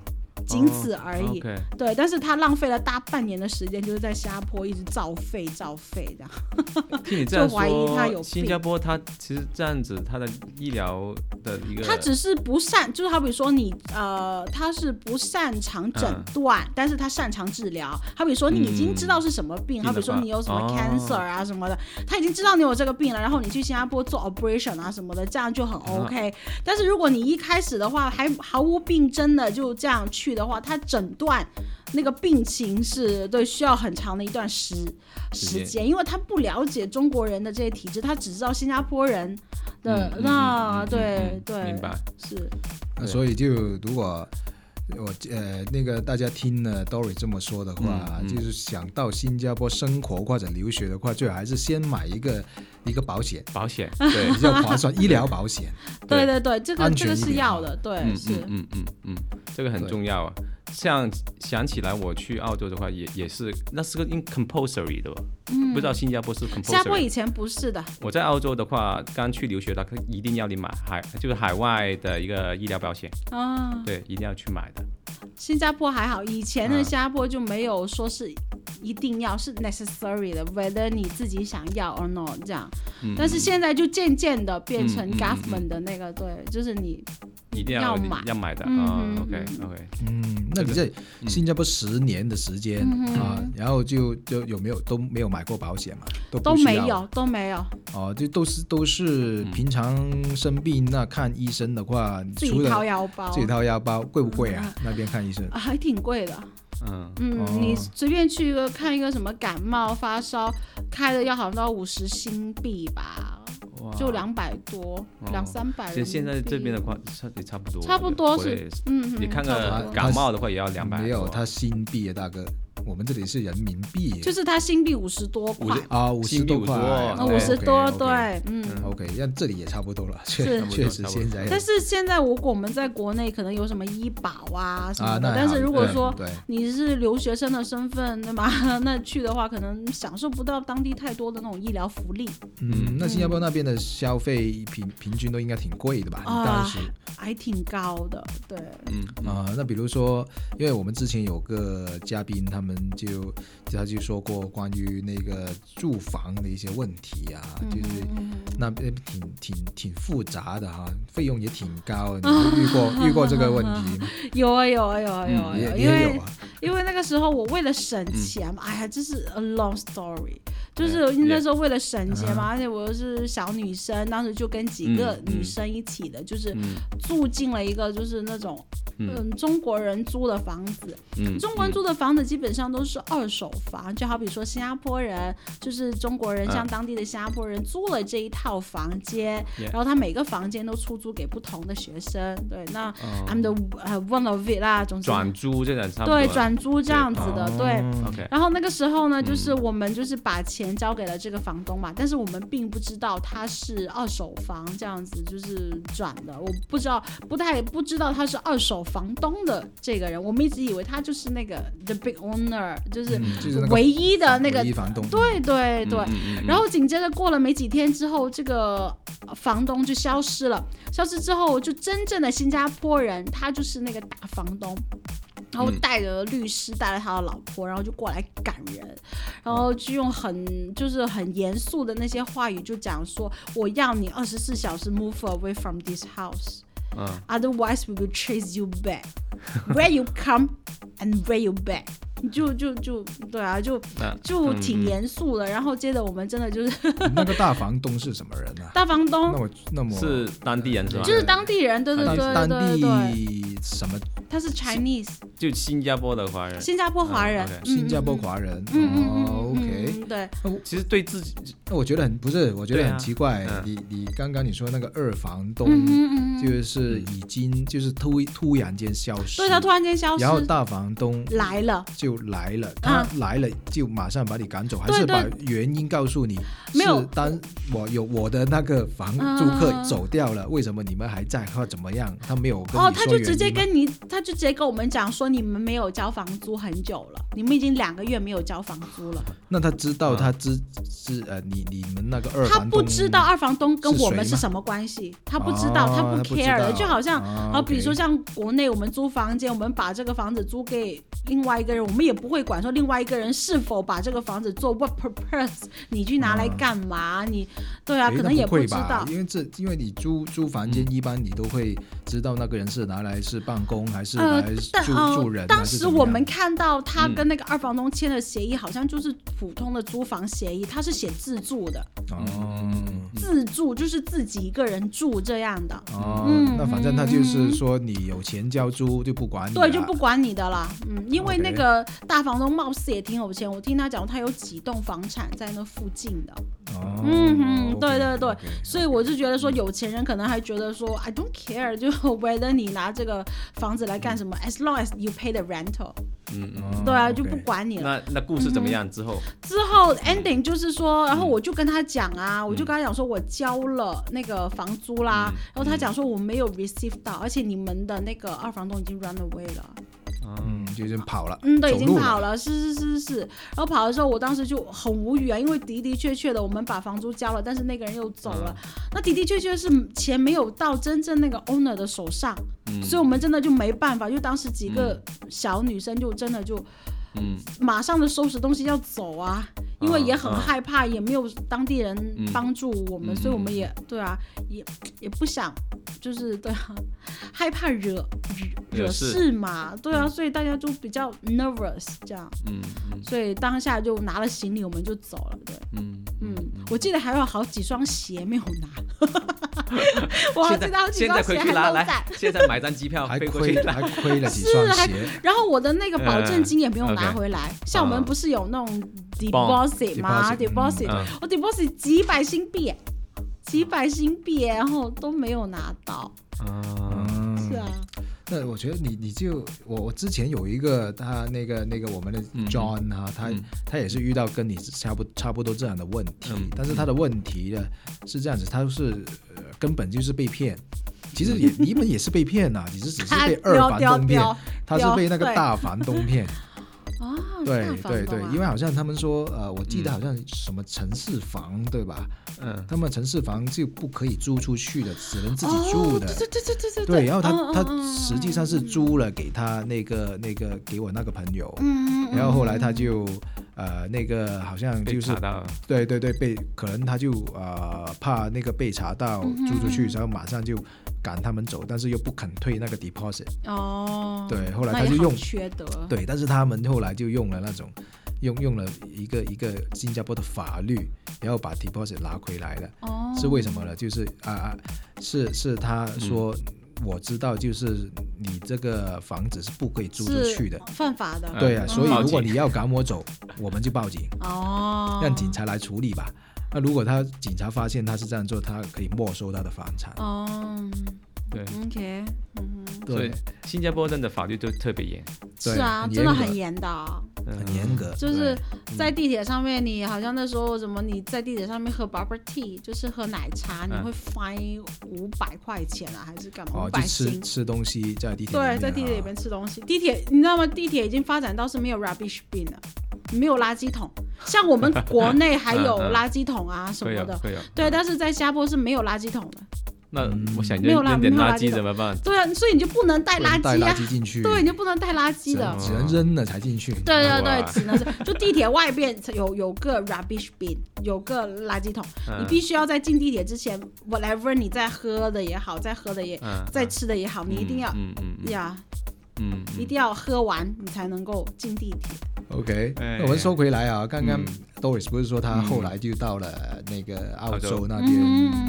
[SPEAKER 4] 仅此而已。
[SPEAKER 2] OK，
[SPEAKER 4] 对，但是他浪费了大半年的时间，就是在下坡一直造废造废这样。
[SPEAKER 2] 听你这样
[SPEAKER 4] 就怀疑他有
[SPEAKER 2] 说，
[SPEAKER 4] 病
[SPEAKER 2] 新加坡它其实这样子，它的医疗的一个，
[SPEAKER 4] 他只是不擅，就是好比说你呃，他是不擅长诊断，但是他擅长治疗。好比说你已经知道是什么病，
[SPEAKER 2] 嗯嗯
[SPEAKER 4] 好比说你有什么
[SPEAKER 2] 病的话哦
[SPEAKER 4] cancer 啊什么的，他已经知道你有这个病了，然后你去新加坡做 operation 啊什么的，这样就很
[SPEAKER 2] 嗯
[SPEAKER 4] OK、但是如果你一开始的话还毫无病征的就这样去的话，他诊断那个病情是对需要很长的一段时
[SPEAKER 2] 时
[SPEAKER 4] 时
[SPEAKER 2] 间
[SPEAKER 4] 间，因为他不了解中国人的这些体质，他只知道新加坡人的、
[SPEAKER 2] 嗯嗯嗯
[SPEAKER 4] 那、
[SPEAKER 2] 嗯
[SPEAKER 4] 对
[SPEAKER 2] 嗯
[SPEAKER 4] 对，
[SPEAKER 2] 明白。
[SPEAKER 4] 是，
[SPEAKER 3] 那所以就如果我呃那个大家听了 Dory 这么说的话，
[SPEAKER 2] 嗯嗯
[SPEAKER 3] 就是想到新加坡生活或者留学的话，最好还是先买一个一个保险，
[SPEAKER 2] 保险，对，
[SPEAKER 3] 比较 划算，医疗保险。
[SPEAKER 4] 对对对，这个
[SPEAKER 3] 安
[SPEAKER 4] 这个
[SPEAKER 3] 全一
[SPEAKER 4] 是
[SPEAKER 3] 点
[SPEAKER 4] 要
[SPEAKER 3] 啊
[SPEAKER 4] 的，对，
[SPEAKER 2] 嗯
[SPEAKER 4] 是。
[SPEAKER 2] 嗯嗯嗯嗯，这个很
[SPEAKER 3] 对
[SPEAKER 2] 重要啊。像想起来，我去澳洲的话，也也是，那是个 in compulsory 的吧？嗯，不知道新加坡是 compulsory。
[SPEAKER 4] 新加坡以前不是的，
[SPEAKER 2] 我在澳洲的话，刚去留学的，他一定要你买海，就是海外的一个医疗保险，
[SPEAKER 4] 啊，
[SPEAKER 2] 对，一定要去买的。
[SPEAKER 4] 新加坡还好，以前的
[SPEAKER 2] 啊
[SPEAKER 4] 新加坡就没有说是一定要是 necessary 的，whether 你自己想要 or not 这样，
[SPEAKER 2] 嗯，
[SPEAKER 4] 但是现在就渐渐的变成
[SPEAKER 2] 嗯嗯嗯
[SPEAKER 4] government 的那个，对，就是你
[SPEAKER 2] 一定
[SPEAKER 4] 要
[SPEAKER 2] 要
[SPEAKER 4] 买
[SPEAKER 2] 要买的
[SPEAKER 4] 嗯
[SPEAKER 2] 啊
[SPEAKER 4] 嗯。
[SPEAKER 2] OK
[SPEAKER 4] 嗯
[SPEAKER 2] OK，
[SPEAKER 3] 嗯，那你在新加坡十年的时间、
[SPEAKER 4] 嗯
[SPEAKER 3] 啊，然后就就有没有都没有买过保险嘛？都
[SPEAKER 4] 都
[SPEAKER 3] 不需
[SPEAKER 4] 没
[SPEAKER 3] 要
[SPEAKER 4] 有都没有
[SPEAKER 3] 哦，就都是都
[SPEAKER 2] 嗯
[SPEAKER 3] 是平常生病那看医生的话，
[SPEAKER 4] 自
[SPEAKER 3] 除
[SPEAKER 4] 己
[SPEAKER 3] 了
[SPEAKER 4] 掏腰包
[SPEAKER 3] 自己掏腰包贵不贵啊？那边看医生
[SPEAKER 4] 啊，还挺贵的，
[SPEAKER 2] 嗯，
[SPEAKER 4] 嗯，
[SPEAKER 3] 哦
[SPEAKER 4] 你随便去一个看一个什么感冒发烧，开的药好像都要五十新币吧，
[SPEAKER 2] 哇
[SPEAKER 4] 就两百多，两三百。
[SPEAKER 2] 现现在这边的话，差也差不多，
[SPEAKER 4] 差不多是
[SPEAKER 2] 我也
[SPEAKER 4] 嗯，嗯，
[SPEAKER 2] 你看
[SPEAKER 4] 差不
[SPEAKER 2] 个
[SPEAKER 4] 多
[SPEAKER 2] 感冒的话也要两百，
[SPEAKER 3] 没有，他新币啊，大哥，我们这里是人民币
[SPEAKER 4] 就是它新币五十多块，
[SPEAKER 3] 啊，五十
[SPEAKER 2] 新币
[SPEAKER 3] 多块，
[SPEAKER 2] 50多
[SPEAKER 4] 啊
[SPEAKER 2] 哦
[SPEAKER 4] 五十
[SPEAKER 3] OK，OK，
[SPEAKER 4] 多，
[SPEAKER 3] OK
[SPEAKER 4] 对，嗯。
[SPEAKER 3] ，OK，那这里也差不多了，
[SPEAKER 4] 是
[SPEAKER 3] 确确实现在
[SPEAKER 4] 但是现在如果我们在国内可能有什么医保啊什
[SPEAKER 3] 啊
[SPEAKER 4] 么，的，
[SPEAKER 3] 那
[SPEAKER 4] 但
[SPEAKER 3] 还
[SPEAKER 4] 是
[SPEAKER 3] 好
[SPEAKER 4] 如果
[SPEAKER 3] 对
[SPEAKER 4] 说
[SPEAKER 3] 对，
[SPEAKER 4] 你是留学生的身份，对吗？ 那去的话可能享受不到当地太多的那种医疗福利。
[SPEAKER 3] 嗯，那新加坡那边的消费平平均都应该挺贵的吧？
[SPEAKER 4] 啊
[SPEAKER 3] 你当时
[SPEAKER 4] 还挺高的，对，
[SPEAKER 2] 嗯，嗯
[SPEAKER 3] 啊、那比如说，因为我们之前有个嘉宾，他们就他就说过关于那个住房的一些问题啊，
[SPEAKER 4] 嗯
[SPEAKER 3] 就是那边挺挺挺复杂的哈、费用也挺高 的。你们遇过遇过这个问题吗？
[SPEAKER 4] 有啊有啊有啊有啊，
[SPEAKER 2] 嗯
[SPEAKER 4] 有啊
[SPEAKER 3] 也
[SPEAKER 4] 因
[SPEAKER 3] 也
[SPEAKER 4] 为
[SPEAKER 3] 有啊，
[SPEAKER 4] 因为那个时候我为了省钱嘛，哎呀，这是 a long story，就是
[SPEAKER 2] 嗯
[SPEAKER 4] 那时候为了省钱嘛，而且我又是小女生，当时就跟几个
[SPEAKER 2] 啊嗯嗯
[SPEAKER 4] 女生一起的，就是
[SPEAKER 2] 嗯
[SPEAKER 4] 住进了一个就是那种
[SPEAKER 2] 嗯
[SPEAKER 4] 嗯中国人租的房子，
[SPEAKER 2] 嗯，
[SPEAKER 4] 中国人租的房子基本上都是二手房，就好比说新加坡人，就是中国人
[SPEAKER 2] 嗯
[SPEAKER 4] 像当地的新加坡人租了这一套房间，
[SPEAKER 2] Yeah
[SPEAKER 4] 然后他每个房间都出租给不同的学生。对，那
[SPEAKER 2] 哦
[SPEAKER 4] 他们的呃 one of it 啦，总之
[SPEAKER 2] 转租这种差不多
[SPEAKER 4] 对
[SPEAKER 2] 了，
[SPEAKER 4] 转租这样子
[SPEAKER 3] 啊
[SPEAKER 4] 的，对。
[SPEAKER 3] 嗯
[SPEAKER 2] OK，
[SPEAKER 4] 然后那个时候呢，就是我们就是把钱交给了这个房东嘛，但是我们并不知道他是二手房这样子就是转的，我不知道，不太不知道他是二手房东的这个人，我们一直以为他就是那个 the big owner，就是
[SPEAKER 3] 嗯就是那个
[SPEAKER 4] 唯一的那个，
[SPEAKER 3] 唯一房东
[SPEAKER 4] 对对对。
[SPEAKER 2] 嗯嗯
[SPEAKER 4] 然后紧接着过了没几天之后，这个呃房东就消失了。消失之后，就真正的新加坡人，他就是那个大房东。然后
[SPEAKER 2] 嗯
[SPEAKER 4] 带着律师，带着他的老婆，然后就过来赶人，然后就用很就是很严肃的那些话语，就讲说我要你二十四小时 move away from this house。
[SPEAKER 2] 嗯
[SPEAKER 4] Otherwise, we will chase you back. Where you come and where you back. 就就就对啊，就
[SPEAKER 2] 那
[SPEAKER 4] 就
[SPEAKER 2] 嗯
[SPEAKER 4] 挺
[SPEAKER 2] 嗯
[SPEAKER 4] 严肃的。然后接着我们真的就是
[SPEAKER 3] 那个大房东是什么人啊？
[SPEAKER 4] 大房
[SPEAKER 3] 那
[SPEAKER 4] 东，
[SPEAKER 3] 么那么
[SPEAKER 2] 是当地人是吧
[SPEAKER 4] 嗯就？是当地人，对对
[SPEAKER 3] 当
[SPEAKER 4] 对对
[SPEAKER 3] 当
[SPEAKER 4] 对对，
[SPEAKER 3] 地什么
[SPEAKER 4] 他是 Chinese，
[SPEAKER 2] 就新加坡的华人，
[SPEAKER 4] 新加坡华人
[SPEAKER 2] 嗯，，OK
[SPEAKER 4] 嗯
[SPEAKER 3] 啊新加坡。华人？
[SPEAKER 4] 嗯嗯嗯
[SPEAKER 3] 哦
[SPEAKER 4] 嗯嗯
[SPEAKER 3] ，OK。
[SPEAKER 4] 嗯对，
[SPEAKER 2] 其实对自己
[SPEAKER 3] 那我觉得很不是，我觉得
[SPEAKER 2] 对啊
[SPEAKER 3] 很奇怪。
[SPEAKER 2] 嗯
[SPEAKER 3] 你你刚刚你说那个二房东，
[SPEAKER 4] 嗯嗯嗯嗯，
[SPEAKER 3] 就是已经就是突突然间消失，
[SPEAKER 4] 对他突然间消失
[SPEAKER 3] 然后大房东
[SPEAKER 4] 来了，
[SPEAKER 3] 就来了，他来了就马上把你赶走，还
[SPEAKER 4] 对
[SPEAKER 3] 是
[SPEAKER 4] 对
[SPEAKER 3] 把原因告诉你？
[SPEAKER 4] 没有
[SPEAKER 3] 是当我有我的那个房
[SPEAKER 4] 嗯
[SPEAKER 3] 租客走掉了，为什么你们还在或怎么样？他没有跟
[SPEAKER 4] 哦，
[SPEAKER 3] 你
[SPEAKER 4] 他
[SPEAKER 3] 说
[SPEAKER 4] 就
[SPEAKER 3] 原
[SPEAKER 4] 直接
[SPEAKER 3] 因。
[SPEAKER 4] 跟你，他就直接跟我们讲说，你们没有交房租很久了，你们已经两个月没有交房租了。
[SPEAKER 3] 那他知道
[SPEAKER 2] 嗯
[SPEAKER 3] 他知知呃，你你们那个二
[SPEAKER 4] 他
[SPEAKER 3] 房
[SPEAKER 4] 不
[SPEAKER 3] 东
[SPEAKER 4] 知道二房东跟
[SPEAKER 3] 是
[SPEAKER 4] 我
[SPEAKER 3] 谁
[SPEAKER 4] 们是
[SPEAKER 3] 吗
[SPEAKER 4] 什么关系，他不知道，
[SPEAKER 3] 哦
[SPEAKER 4] 他
[SPEAKER 3] 他不知
[SPEAKER 4] care
[SPEAKER 3] 道
[SPEAKER 4] 的，就好像
[SPEAKER 3] 哦
[SPEAKER 4] 啊，比如说
[SPEAKER 3] OK
[SPEAKER 4] 像国内我们租房间，我们把这个房子租给另外一个人，我们也不会管说另外一个人是否把这个房子做 what purpose，你去拿来
[SPEAKER 3] 啊
[SPEAKER 4] 干嘛？你对啊，
[SPEAKER 3] 诶
[SPEAKER 4] 可
[SPEAKER 3] 那
[SPEAKER 4] 能也
[SPEAKER 3] 不会
[SPEAKER 4] 知道
[SPEAKER 3] 吧，。
[SPEAKER 4] 嗯
[SPEAKER 3] 因为这因为你租租房间，一般你都会知道那个人是拿来是办公还是拿
[SPEAKER 4] 呃
[SPEAKER 3] 来，
[SPEAKER 4] 但
[SPEAKER 3] 住、
[SPEAKER 4] 呃
[SPEAKER 3] 住人，
[SPEAKER 4] 当
[SPEAKER 3] 还是
[SPEAKER 4] 时
[SPEAKER 3] 怎么
[SPEAKER 4] 我
[SPEAKER 3] 样
[SPEAKER 4] 们看到他
[SPEAKER 2] 嗯
[SPEAKER 4] 跟那个二房东签的协议，好像就是普通的租房协议，他是写自住的，
[SPEAKER 3] 哦。
[SPEAKER 4] 自住就是自己一个人住这样的，
[SPEAKER 3] 哦，
[SPEAKER 4] 嗯
[SPEAKER 3] 那反正他就是说你有钱交租就不管你了，
[SPEAKER 4] 对，就不管你的了。嗯，因为
[SPEAKER 3] 嗯啊 OK
[SPEAKER 4] 那个大房东貌似也挺有钱，我听他讲，他有几栋房产在那附近的，
[SPEAKER 3] 哦，
[SPEAKER 4] 嗯哼
[SPEAKER 3] OK，
[SPEAKER 4] 对对对
[SPEAKER 3] OK
[SPEAKER 4] 所
[SPEAKER 2] 嗯
[SPEAKER 4] 以我就觉得说，有钱人可能还觉得说，I don't care，就 whether 你拿这个房子来干什么，as long as you pay the rental，
[SPEAKER 2] 嗯嗯。
[SPEAKER 3] 哦
[SPEAKER 4] 对啊，
[SPEAKER 3] OK
[SPEAKER 4] 就不管你了。
[SPEAKER 2] 那那故事
[SPEAKER 4] 嗯
[SPEAKER 2] 怎么样？之后
[SPEAKER 4] 之后 ending 就是说，
[SPEAKER 2] 嗯
[SPEAKER 4] 然后我就跟他讲啊，我就跟他讲说我交了那个房租啦，
[SPEAKER 2] 嗯
[SPEAKER 4] 然后他讲说我没有 receive 到，而且你们的那个二房东已经 run away 了。
[SPEAKER 2] 啊
[SPEAKER 3] 嗯，就是跑了，
[SPEAKER 4] 嗯，对，
[SPEAKER 3] 走
[SPEAKER 4] 已经
[SPEAKER 3] 路
[SPEAKER 4] 跑了，是是是是。然后跑的时候，我当时就很无语啊，因为的的确确的，我们把房租交了，但是那个人又走了，
[SPEAKER 2] 嗯
[SPEAKER 4] 那的的确确是钱没有到真正那个 owner 的手上，
[SPEAKER 2] 嗯
[SPEAKER 4] 嗯所以我们真的就没办法，就当时几个小女生就真的就
[SPEAKER 2] 嗯
[SPEAKER 4] 马上的收拾东西要走啊，因为也很
[SPEAKER 2] 啊啊
[SPEAKER 4] 害怕，也没有当地人
[SPEAKER 2] 嗯
[SPEAKER 4] 帮助我们，
[SPEAKER 2] 嗯
[SPEAKER 4] 所以我们
[SPEAKER 2] 嗯
[SPEAKER 4] 也对啊，也也不想，就是对啊，害怕惹惹
[SPEAKER 2] 惹事
[SPEAKER 4] 事嘛，对啊，所以大家就比较 nervous 这样，
[SPEAKER 2] 嗯嗯
[SPEAKER 4] 所以当下就拿了行李我们就走了，对，
[SPEAKER 2] 嗯
[SPEAKER 4] 嗯，我记得还有好几双鞋没有 拿，我还
[SPEAKER 2] 现
[SPEAKER 4] 记
[SPEAKER 2] 在
[SPEAKER 4] 得好几
[SPEAKER 2] 现在
[SPEAKER 4] 双
[SPEAKER 2] 回去
[SPEAKER 4] 鞋还
[SPEAKER 2] 拿
[SPEAKER 4] 都
[SPEAKER 2] 来
[SPEAKER 4] 在，，
[SPEAKER 2] 现在买张机 票
[SPEAKER 3] 还
[SPEAKER 2] 啊飞过去
[SPEAKER 3] 亏
[SPEAKER 2] 拿。
[SPEAKER 3] 还亏 了几双
[SPEAKER 4] 还
[SPEAKER 3] 鞋，
[SPEAKER 4] 然后我的那个保证金也没有
[SPEAKER 2] 嗯
[SPEAKER 4] 拿
[SPEAKER 2] ，OK
[SPEAKER 4] 回来，像我们不是有那种 deposit 吗
[SPEAKER 3] deposit，嗯
[SPEAKER 4] ？deposit，、
[SPEAKER 2] 嗯
[SPEAKER 4] 我 deposit 几百新币耶，几百新币耶，然后都没有拿到。
[SPEAKER 2] 啊
[SPEAKER 3] 嗯，
[SPEAKER 4] 是啊，
[SPEAKER 3] 那我觉得你你就我我之前有一个他那个那个我们的
[SPEAKER 2] 嗯
[SPEAKER 3] John 啊，他
[SPEAKER 2] 嗯
[SPEAKER 3] 他也是遇到跟你差不差不多这样的问题，
[SPEAKER 2] 嗯
[SPEAKER 3] 但是他的问题呢是这样子，他是、呃、根本就是被骗。其实也你们也是被骗呐、你是只是 被二
[SPEAKER 4] 丢
[SPEAKER 3] 房
[SPEAKER 4] 丢
[SPEAKER 3] 东骗，
[SPEAKER 4] 丢
[SPEAKER 3] 他是被那个
[SPEAKER 4] 对
[SPEAKER 3] 大房东 骗。
[SPEAKER 4] 啊，
[SPEAKER 3] 对
[SPEAKER 4] 大
[SPEAKER 3] 对
[SPEAKER 4] 房
[SPEAKER 3] 对
[SPEAKER 4] 东啊，
[SPEAKER 3] 因为好像他们说呃，我记得
[SPEAKER 2] 嗯
[SPEAKER 3] 好像什么城市房对吧？
[SPEAKER 2] 嗯
[SPEAKER 3] 他们城市房就不可以租出去的，只能自己
[SPEAKER 4] 哦
[SPEAKER 3] 住的。
[SPEAKER 4] 对对对对对
[SPEAKER 3] 对，然后他、
[SPEAKER 4] 嗯嗯
[SPEAKER 3] 他
[SPEAKER 4] 嗯
[SPEAKER 3] 实际上是租了给他那个那个给我那个朋友，
[SPEAKER 4] 嗯，嗯嗯
[SPEAKER 3] 然后后来他就呃那个好像
[SPEAKER 2] 被
[SPEAKER 3] 就是
[SPEAKER 2] 查到了
[SPEAKER 3] 对对对被可能他就呃怕那个被查到
[SPEAKER 4] 嗯
[SPEAKER 3] 租出去，
[SPEAKER 4] 嗯嗯
[SPEAKER 3] 然后马上就赶他们走，但是又不肯退那个 deposit，
[SPEAKER 4] 哦，
[SPEAKER 3] 对后来
[SPEAKER 4] 那
[SPEAKER 3] 他
[SPEAKER 4] 也
[SPEAKER 3] 就
[SPEAKER 4] 好
[SPEAKER 3] 用
[SPEAKER 4] 缺德，
[SPEAKER 3] 对，但是他们后来就用了那种。用用了一个一个新加坡的法律，然后把 deposit 拿回来了。
[SPEAKER 4] 哦，
[SPEAKER 3] 是为什么呢？就是啊啊，是是他说、我知道，就是你这个房子是不可以租出
[SPEAKER 4] 是哦
[SPEAKER 3] 去的，
[SPEAKER 4] 犯法的，
[SPEAKER 3] 对啊，
[SPEAKER 2] 嗯
[SPEAKER 3] 所以
[SPEAKER 2] 报
[SPEAKER 3] 如果
[SPEAKER 2] 警
[SPEAKER 3] 你要赶我走，我们就报警，
[SPEAKER 4] 哦，
[SPEAKER 3] 让警察来处理吧。那如果他警察发现他是这样做，他可以没收他的房产。
[SPEAKER 4] 哦
[SPEAKER 2] 对，
[SPEAKER 4] ，OK，嗯哼。
[SPEAKER 2] 所
[SPEAKER 3] 对
[SPEAKER 2] 以，新加坡真的法律就特别严，
[SPEAKER 4] 是啊，
[SPEAKER 3] 对
[SPEAKER 4] 真的
[SPEAKER 3] 很严格嗯
[SPEAKER 4] 很严的啊、
[SPEAKER 2] 嗯
[SPEAKER 3] 很严格。
[SPEAKER 4] 就是在地铁上面，你好像那时候什么，你在地铁上面喝 bubble tea，就是喝奶茶，你
[SPEAKER 2] 嗯
[SPEAKER 4] 会 fine 五百块钱啊，还是干嘛？
[SPEAKER 3] 哦
[SPEAKER 4] 五，
[SPEAKER 3] 就
[SPEAKER 4] 百
[SPEAKER 3] 吃
[SPEAKER 4] 新。
[SPEAKER 3] 吃东西在地铁里
[SPEAKER 4] 对，
[SPEAKER 3] 面
[SPEAKER 4] 在地铁里面
[SPEAKER 3] 啊
[SPEAKER 4] 吃东西，地铁你知道吗？地铁已经发展到是没有 rubbish bin 了，没有垃圾桶，像我们国内还有
[SPEAKER 2] 嗯嗯
[SPEAKER 4] 垃圾桶啊什
[SPEAKER 2] 会
[SPEAKER 4] 么
[SPEAKER 2] 有
[SPEAKER 4] 的。
[SPEAKER 2] 会有。嗯
[SPEAKER 4] 对，但是在新加坡是没有垃圾桶的。
[SPEAKER 2] 那我想
[SPEAKER 4] 没有
[SPEAKER 2] 扔
[SPEAKER 4] 啦
[SPEAKER 2] 扔点
[SPEAKER 4] 没有垃
[SPEAKER 2] 垃
[SPEAKER 4] 圾
[SPEAKER 2] 圾
[SPEAKER 4] 桶
[SPEAKER 2] 怎么办？
[SPEAKER 4] 对啊，所以你就不能带
[SPEAKER 3] 不能
[SPEAKER 4] 垃
[SPEAKER 3] 带
[SPEAKER 4] 圾
[SPEAKER 3] 垃
[SPEAKER 4] 啊，
[SPEAKER 3] 圾进去，
[SPEAKER 4] 对，你就不能带垃圾
[SPEAKER 3] 只
[SPEAKER 4] 的
[SPEAKER 3] 能。只能扔了才进去。
[SPEAKER 4] 对对
[SPEAKER 2] 哇
[SPEAKER 4] 对，只能是就地铁外边有有个 rubbish bin，有个垃圾桶，
[SPEAKER 2] 嗯
[SPEAKER 4] 你必须要在进地铁之前，whatever 你在喝的也好，在喝的也，
[SPEAKER 2] 嗯，
[SPEAKER 4] 在吃的也好，你一定要
[SPEAKER 2] 嗯嗯嗯
[SPEAKER 4] 呀，
[SPEAKER 2] 嗯，
[SPEAKER 4] 一定要喝完你才能够进地铁。
[SPEAKER 3] OK，、
[SPEAKER 2] 哎
[SPEAKER 3] 那我们说回来啊，刚刚
[SPEAKER 2] 嗯
[SPEAKER 3] Doris 不是说他后来就到了那个嗯澳
[SPEAKER 2] 澳
[SPEAKER 3] 洲
[SPEAKER 2] 洲
[SPEAKER 3] 那
[SPEAKER 4] 嗯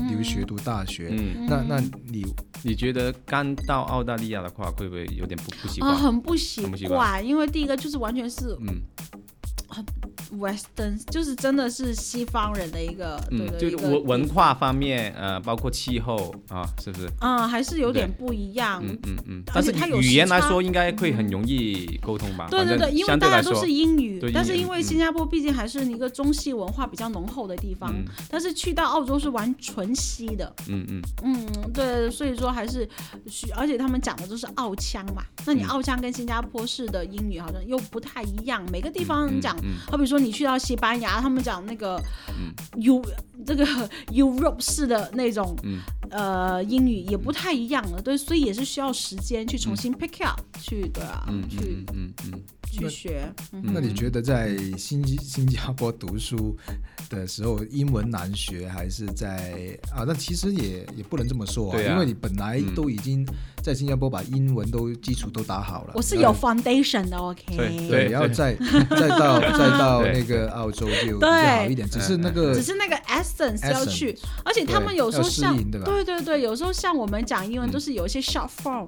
[SPEAKER 3] 边留学读大学，
[SPEAKER 2] 嗯，
[SPEAKER 3] 那那你
[SPEAKER 2] 你觉得刚到澳大利亚的话，会不会有点不不习
[SPEAKER 4] 啊，
[SPEAKER 2] 惯？嗯
[SPEAKER 4] 很不习
[SPEAKER 2] 很不习
[SPEAKER 4] 惯，因为第一个就是完全是
[SPEAKER 2] 嗯
[SPEAKER 4] Western，就是真的是西方人的一个，对
[SPEAKER 2] 嗯，
[SPEAKER 4] 的
[SPEAKER 2] 就
[SPEAKER 4] 一
[SPEAKER 2] 是
[SPEAKER 4] 个
[SPEAKER 2] 文文化方面，呃，包括气候啊，是不是？
[SPEAKER 4] 嗯，还是有点
[SPEAKER 2] 对
[SPEAKER 4] 不一样。
[SPEAKER 2] 嗯嗯嗯，
[SPEAKER 4] 而
[SPEAKER 2] 但
[SPEAKER 4] 且
[SPEAKER 2] 是
[SPEAKER 4] 它有
[SPEAKER 2] 语
[SPEAKER 4] 时
[SPEAKER 2] 言来
[SPEAKER 4] 差嗯
[SPEAKER 2] 说应该会很容易沟通吧？
[SPEAKER 4] 对
[SPEAKER 2] 啊反
[SPEAKER 4] 对对，
[SPEAKER 2] 正
[SPEAKER 4] 因为
[SPEAKER 2] 相对
[SPEAKER 4] 大家
[SPEAKER 2] 来
[SPEAKER 4] 都
[SPEAKER 2] 说，
[SPEAKER 4] 是英语
[SPEAKER 2] 对，
[SPEAKER 4] 但
[SPEAKER 2] 英
[SPEAKER 4] 是
[SPEAKER 2] 语嗯
[SPEAKER 4] 因为新加坡毕竟还是一个中西文化比较浓厚的地方，
[SPEAKER 2] 嗯
[SPEAKER 4] 但是去到澳洲是完纯西的，
[SPEAKER 2] 嗯嗯，
[SPEAKER 4] 嗯，对，所以说还是需，而且他们讲的都是澳腔嘛，那你
[SPEAKER 2] 嗯
[SPEAKER 4] 澳腔跟新加坡式的英语好像又不太一样，每个地
[SPEAKER 2] 嗯
[SPEAKER 4] 方讲，
[SPEAKER 2] 嗯
[SPEAKER 4] 好比说你去到西班牙，他们讲那个
[SPEAKER 2] 嗯
[SPEAKER 4] U、这个 Europe 式的那种、
[SPEAKER 2] 嗯
[SPEAKER 4] 呃英语也不太一样了，对，所以也是需要时间去重新 pick up 去对啊，
[SPEAKER 2] 嗯
[SPEAKER 4] 去、
[SPEAKER 2] 嗯嗯嗯嗯，
[SPEAKER 4] 去学，嗯
[SPEAKER 3] 那你觉得在新新加坡读书的时候，英文难学，还是在啊？那其实也也不能这么说
[SPEAKER 2] 对啊
[SPEAKER 3] 因为你本来
[SPEAKER 2] 嗯
[SPEAKER 3] 都已经在新加坡把英文都基础都打好了。
[SPEAKER 4] 我是
[SPEAKER 3] 然
[SPEAKER 4] 有
[SPEAKER 3] 后
[SPEAKER 4] foundation 的，OK，
[SPEAKER 2] 对
[SPEAKER 3] 对，然后再再 到再到那个澳洲就就好一点，只是那个
[SPEAKER 4] 只是那个 essence 要
[SPEAKER 3] essence，
[SPEAKER 4] 去，而且他们有时候
[SPEAKER 3] 要适
[SPEAKER 4] 像
[SPEAKER 3] 应对吧
[SPEAKER 4] 对对对，有时候像我们讲英
[SPEAKER 2] 嗯
[SPEAKER 4] 文都是有一些 short form，、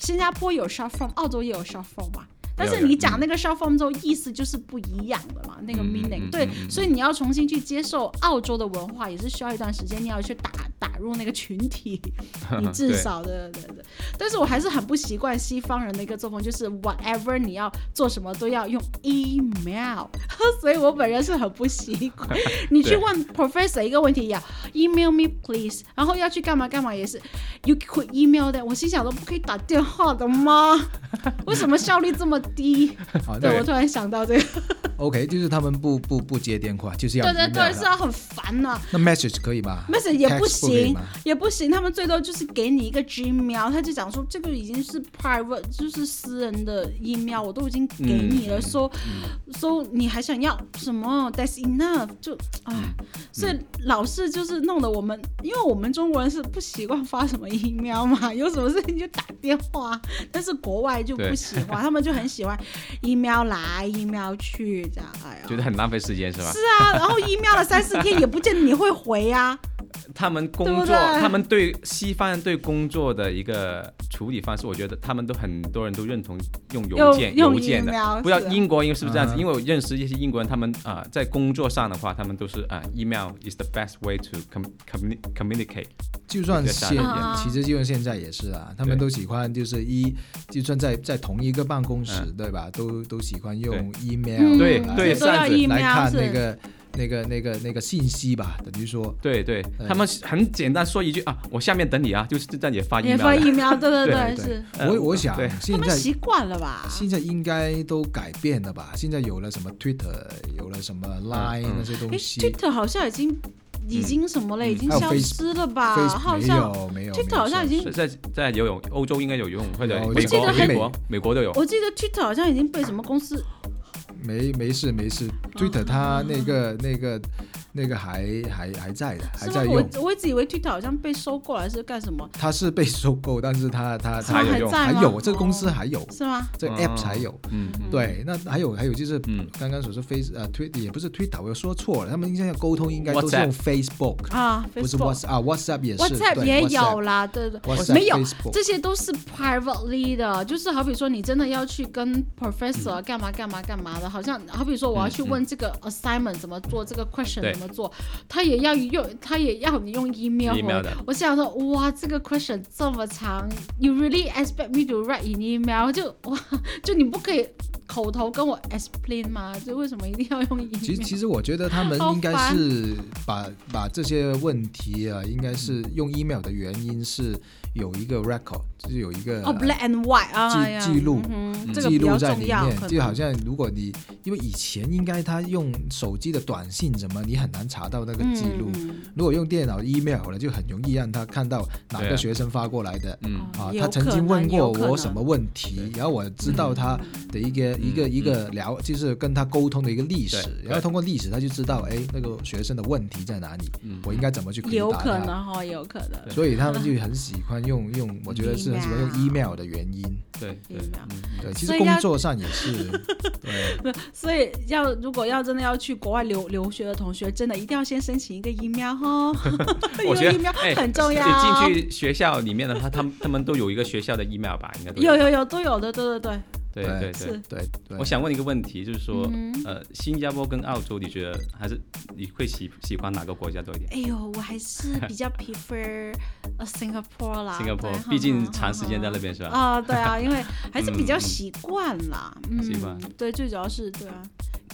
[SPEAKER 4] 新加坡有 short form，澳洲也有 short form 嘛。但是
[SPEAKER 2] 有有
[SPEAKER 4] 你讲那个 short form 之后，意思就是不一样的嘛，那个
[SPEAKER 2] 嗯嗯
[SPEAKER 4] meaning、
[SPEAKER 2] 嗯
[SPEAKER 4] 对
[SPEAKER 2] 嗯，嗯
[SPEAKER 4] 所以你要重新去接受澳洲的文化，也是需要一段时间，你要去打打入那个群体，你至
[SPEAKER 2] 对
[SPEAKER 4] 少的。对对对但是我还是很不习惯西方人的一个作风，就是 whatever 你要做什么都要用 email，所以 我本人是很不习惯。你去
[SPEAKER 2] 对
[SPEAKER 4] 问 professor 一个问题呀，email me please，然后要去干嘛干嘛也是，you could email that，我心想都不可以打电话的吗？为什么效率这么低？
[SPEAKER 3] 好，
[SPEAKER 4] 对
[SPEAKER 3] 啊那
[SPEAKER 4] 我突然想到这个，
[SPEAKER 3] OK，就是他们不不不接电话，就是要
[SPEAKER 4] 对对
[SPEAKER 3] email 的
[SPEAKER 4] 对，是啊，很烦呐、
[SPEAKER 3] 那 message 可以吗
[SPEAKER 4] message 也
[SPEAKER 3] Text
[SPEAKER 4] 不
[SPEAKER 3] 可以
[SPEAKER 4] 行
[SPEAKER 3] 吗，
[SPEAKER 4] 也不行，他们最多就是给你一个 Gmail，他就讲说这个已经是 private，就是私人的 email，我都已经给你
[SPEAKER 2] 嗯
[SPEAKER 4] 了，说、说你还想要什么？That's enough，就唉，
[SPEAKER 2] 嗯
[SPEAKER 4] 所以老是就是弄得我们，因为我们中国人是不习惯发什么 email 嘛， 有什么事情就打电话，但是国外就不
[SPEAKER 2] 对
[SPEAKER 4] 喜欢，他们就很喜欢 email 来 email 去这样，哎呀，
[SPEAKER 2] 觉得很浪费时间是吧？
[SPEAKER 4] 是啊，然后 email 了三四天也不见得你会回啊呀、
[SPEAKER 2] 他们工
[SPEAKER 4] 对不
[SPEAKER 2] 作，
[SPEAKER 4] 对
[SPEAKER 2] 他们对西方人对工作的一个处理方式，我觉得他们都很多人都认同用邮
[SPEAKER 4] 用
[SPEAKER 2] 件
[SPEAKER 4] 用
[SPEAKER 2] 邮件的
[SPEAKER 4] email，。
[SPEAKER 2] 不知道
[SPEAKER 4] 是啊
[SPEAKER 2] 英国因为是不是这样子？
[SPEAKER 3] 嗯
[SPEAKER 2] 因为我认识一些英国人，他们啊、呃在工作上的话，他们都是啊、呃 email is the best way to com communi- communicate。
[SPEAKER 3] 就算现
[SPEAKER 2] 有些
[SPEAKER 4] 大人
[SPEAKER 3] 其实就算现在也是啊，他们
[SPEAKER 2] 啊对
[SPEAKER 3] 都喜欢就是一，就算在在同一个办公室，对吧？都都喜欢用 email 啊
[SPEAKER 4] 嗯
[SPEAKER 2] 嗯对
[SPEAKER 3] 来
[SPEAKER 2] 对
[SPEAKER 4] 都要
[SPEAKER 2] 上次
[SPEAKER 4] email
[SPEAKER 3] 来看
[SPEAKER 4] 是
[SPEAKER 3] 那个那个那个那个信息吧，等于说
[SPEAKER 2] 对对，
[SPEAKER 3] 嗯
[SPEAKER 2] 他们很简单说一句啊，我下面等你啊，就是在那里发
[SPEAKER 4] 也
[SPEAKER 2] email
[SPEAKER 4] 发
[SPEAKER 2] 的。
[SPEAKER 4] 疫苗，对对
[SPEAKER 2] 对
[SPEAKER 4] 是。
[SPEAKER 2] 呃
[SPEAKER 3] 我我想
[SPEAKER 2] 对
[SPEAKER 4] 他
[SPEAKER 3] 现
[SPEAKER 4] 们
[SPEAKER 3] 在
[SPEAKER 4] 习惯了吧？
[SPEAKER 3] 现在应该都改变了吧？现在有了什么 Twitter，有了什么 Line
[SPEAKER 2] 嗯
[SPEAKER 3] 那些
[SPEAKER 4] 诶
[SPEAKER 3] 东西嗯
[SPEAKER 4] t w i t t e r 好像已经已经什么了，已经
[SPEAKER 3] 还有
[SPEAKER 4] 消
[SPEAKER 3] Face-
[SPEAKER 4] 失了吧？
[SPEAKER 3] ，Facebook
[SPEAKER 4] 好
[SPEAKER 3] 没
[SPEAKER 4] 像
[SPEAKER 3] 有没有
[SPEAKER 4] Twitter 好像已经
[SPEAKER 2] 是在在游泳，欧洲应该有游泳，或者
[SPEAKER 3] 有我
[SPEAKER 2] 美
[SPEAKER 3] 记
[SPEAKER 2] 国
[SPEAKER 3] 得
[SPEAKER 2] 美国美国都有。
[SPEAKER 4] 我记得 Twitter 好像已经被什么公司
[SPEAKER 3] 没没事没事，Twitter
[SPEAKER 4] 哦
[SPEAKER 3] 它那个那个那个还还还在的，还
[SPEAKER 4] 是
[SPEAKER 3] 在
[SPEAKER 4] 吗？
[SPEAKER 3] 用。
[SPEAKER 4] 我我一直以为 Twitter 好像被收购了，还是干什么？
[SPEAKER 3] 它是被收购，但是它它
[SPEAKER 4] 是
[SPEAKER 3] 它
[SPEAKER 2] 还
[SPEAKER 4] 吗？
[SPEAKER 2] 有
[SPEAKER 4] 还
[SPEAKER 2] 用
[SPEAKER 4] 在
[SPEAKER 3] 还
[SPEAKER 4] 吗？哦
[SPEAKER 3] 有这个公司还有，
[SPEAKER 4] 是吗？
[SPEAKER 3] 这个 app 才有。
[SPEAKER 2] 嗯嗯
[SPEAKER 3] 对，那还有还有就是
[SPEAKER 2] 嗯
[SPEAKER 3] 刚刚所说 face 呃推也不是 Twitter，我说错了，他们应该要沟通应该都是
[SPEAKER 2] WhatsApp
[SPEAKER 3] 用 Facebook，
[SPEAKER 4] 啊
[SPEAKER 3] 不是 WhatsApp 啊 WhatsApp 也是
[SPEAKER 4] WhatsApp
[SPEAKER 3] 对
[SPEAKER 4] 也
[SPEAKER 3] WhatsApp
[SPEAKER 4] 有啦，对对对，
[SPEAKER 3] WhatsApp
[SPEAKER 4] 没有
[SPEAKER 3] Facebook
[SPEAKER 4] 这些都是 privately 的，就是好比说你真的要去跟
[SPEAKER 3] 嗯
[SPEAKER 4] professor 干嘛干嘛干嘛的，好像好比说我要去问这个 assignment 怎么做，这个 question
[SPEAKER 2] 对
[SPEAKER 4] 怎么做，他也要用，他也要你用 email 回
[SPEAKER 2] email 的
[SPEAKER 4] 我想说，哇，这个 question 这么长，you really expect me to write in email？就哇，就你不可以口头跟我 explain 吗？就为什么一定要用 email？
[SPEAKER 3] 其实，其实我觉得他们
[SPEAKER 4] 好
[SPEAKER 3] 应该
[SPEAKER 4] 烦
[SPEAKER 3] 是把把这些问题啊，应该是用 email 的原因是有一个 record，就是有一个
[SPEAKER 4] 哦、b l a c k and white 啊，
[SPEAKER 3] 呃记
[SPEAKER 4] 哎呀
[SPEAKER 3] 记录
[SPEAKER 4] 嗯哼这个
[SPEAKER 3] 记
[SPEAKER 4] 比
[SPEAKER 3] 录
[SPEAKER 4] 较
[SPEAKER 3] 在
[SPEAKER 4] 重
[SPEAKER 3] 里
[SPEAKER 4] 要，
[SPEAKER 3] 面，
[SPEAKER 4] 可
[SPEAKER 3] 就
[SPEAKER 4] 能
[SPEAKER 3] 好像如果你因为以前应该他用手机的短信什么，你很难查到那个记录。
[SPEAKER 4] 嗯嗯
[SPEAKER 3] 如果用电脑 email 了，就很容易让他看到哪
[SPEAKER 2] 对
[SPEAKER 3] 个
[SPEAKER 2] 啊
[SPEAKER 3] 学生发过来的。
[SPEAKER 2] 嗯
[SPEAKER 3] 啊，
[SPEAKER 4] 有
[SPEAKER 3] 他曾
[SPEAKER 4] 可
[SPEAKER 3] 经问
[SPEAKER 4] 能
[SPEAKER 3] 过
[SPEAKER 4] 有可
[SPEAKER 3] 我什
[SPEAKER 4] 能
[SPEAKER 3] 么问题，然后我知道他的一个、一
[SPEAKER 4] 嗯
[SPEAKER 3] 个一个聊，就是跟他沟通的一个历史，
[SPEAKER 2] 对
[SPEAKER 3] 然后通过历史他就知道，哎，那个学生的问题在哪里，我应该怎么去回答
[SPEAKER 4] 嗯有可
[SPEAKER 3] 他。
[SPEAKER 4] 能哈，有可能。
[SPEAKER 3] 所以他们就很喜欢用用，我觉得 是很喜欢用
[SPEAKER 4] Email
[SPEAKER 3] email 的原因。
[SPEAKER 2] 对对嗯
[SPEAKER 4] 明白
[SPEAKER 3] 对，其
[SPEAKER 4] 所
[SPEAKER 3] 实
[SPEAKER 4] 以
[SPEAKER 3] 工
[SPEAKER 4] 要
[SPEAKER 3] 作上也是，对，
[SPEAKER 4] 所以要如果要真的要去国外留留学的同学，真的一定要先申请一个哦 email 哈，因
[SPEAKER 2] 我觉
[SPEAKER 4] 为
[SPEAKER 2] 得
[SPEAKER 4] email
[SPEAKER 2] 哎
[SPEAKER 4] 很重要。
[SPEAKER 2] 就进去学校里面的话，他们他们都有一个学校的 email 吧，应该都
[SPEAKER 4] 有有有都有的，对对对，
[SPEAKER 2] 对对
[SPEAKER 3] 对
[SPEAKER 2] 对
[SPEAKER 4] 是。
[SPEAKER 3] 对对
[SPEAKER 2] 我，想问一个问题，就是说，
[SPEAKER 1] 嗯哼
[SPEAKER 2] 呃，新加坡跟澳洲，你觉得还是你会喜喜欢哪个国家多一点？
[SPEAKER 4] 哎呦，我还是比较 prefer 呃 Singapore 啦
[SPEAKER 2] 新加坡
[SPEAKER 4] 对，
[SPEAKER 2] 毕竟
[SPEAKER 4] 哈
[SPEAKER 2] 长时间在那
[SPEAKER 4] 哈
[SPEAKER 2] 边是
[SPEAKER 4] 哈
[SPEAKER 2] 吧？
[SPEAKER 4] 啊、对啊，因为还是比较
[SPEAKER 2] 嗯嗯
[SPEAKER 4] 习惯啦，嗯，
[SPEAKER 2] 习惯
[SPEAKER 4] 对，最主要是对啊，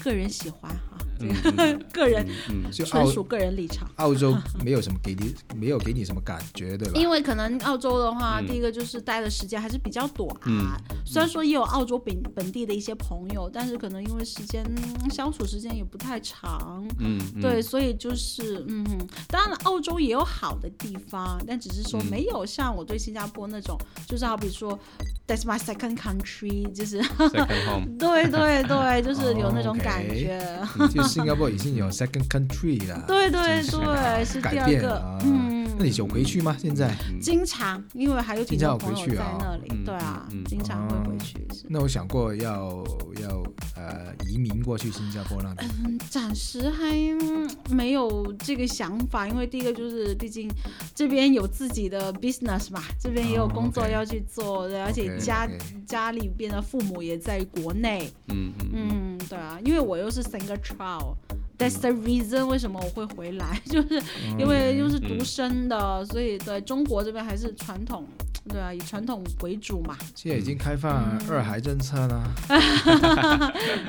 [SPEAKER 4] 个人喜欢哈、这
[SPEAKER 2] 嗯
[SPEAKER 4] 个、
[SPEAKER 2] 嗯
[SPEAKER 4] 个人
[SPEAKER 2] 嗯，
[SPEAKER 3] 就
[SPEAKER 4] 纯
[SPEAKER 3] 澳
[SPEAKER 4] 属个人立场。
[SPEAKER 3] 澳洲没有什么给你 没有给你什么感觉，对吧？
[SPEAKER 4] 因为可能澳洲的话，
[SPEAKER 2] 嗯
[SPEAKER 4] 第一个就是待的时间还是比较短，
[SPEAKER 2] 嗯
[SPEAKER 4] 虽然说也有澳洲本本地的一些朋友，但是可能因为时间嗯相处时间也不太长，
[SPEAKER 2] 嗯，嗯
[SPEAKER 4] 对，，所以就是嗯，哼，当然了澳洲也有好的地方，但只是说
[SPEAKER 2] 嗯
[SPEAKER 4] 没有像我对新加坡那种，就是好比说 that's my second country，就是
[SPEAKER 2] ，second home，
[SPEAKER 4] 对对对，就是有那种
[SPEAKER 3] OK
[SPEAKER 4] 感觉。
[SPEAKER 3] 就新加坡已经有 second country 了，
[SPEAKER 4] 对对
[SPEAKER 3] 真
[SPEAKER 4] 对，是第
[SPEAKER 3] 改
[SPEAKER 4] 二
[SPEAKER 3] 变
[SPEAKER 4] 个，
[SPEAKER 3] 了。啊
[SPEAKER 4] 嗯，
[SPEAKER 3] 那你有回去吗？现在？
[SPEAKER 2] 嗯
[SPEAKER 4] 经常，因为还有挺
[SPEAKER 3] 经常
[SPEAKER 4] 多
[SPEAKER 3] 有
[SPEAKER 4] 朋友
[SPEAKER 3] 回去
[SPEAKER 4] 在
[SPEAKER 3] 啊
[SPEAKER 4] 那里，
[SPEAKER 2] 嗯
[SPEAKER 4] 对啊，
[SPEAKER 2] 嗯嗯
[SPEAKER 4] 经常会回去。是
[SPEAKER 3] 那我想过要要呃移民过去新加坡那边，
[SPEAKER 4] 嗯，暂时还嗯没有这个想法，因为第一个就是，毕竟这边有自己的 business 嘛，这边也有
[SPEAKER 3] 哦
[SPEAKER 4] 工作
[SPEAKER 3] OK
[SPEAKER 4] 要去做对而且
[SPEAKER 3] OK，
[SPEAKER 4] 家
[SPEAKER 3] OK
[SPEAKER 4] 家里边的父母也在国内，
[SPEAKER 2] 嗯嗯嗯，
[SPEAKER 4] 嗯，对啊，因为我又是 single child。That's the reason 为什么我会回来，就是因为又是独生的，所以对中国这边还是传统，对啊，以传统为主嘛，
[SPEAKER 3] 现在已经开放二孩政策了。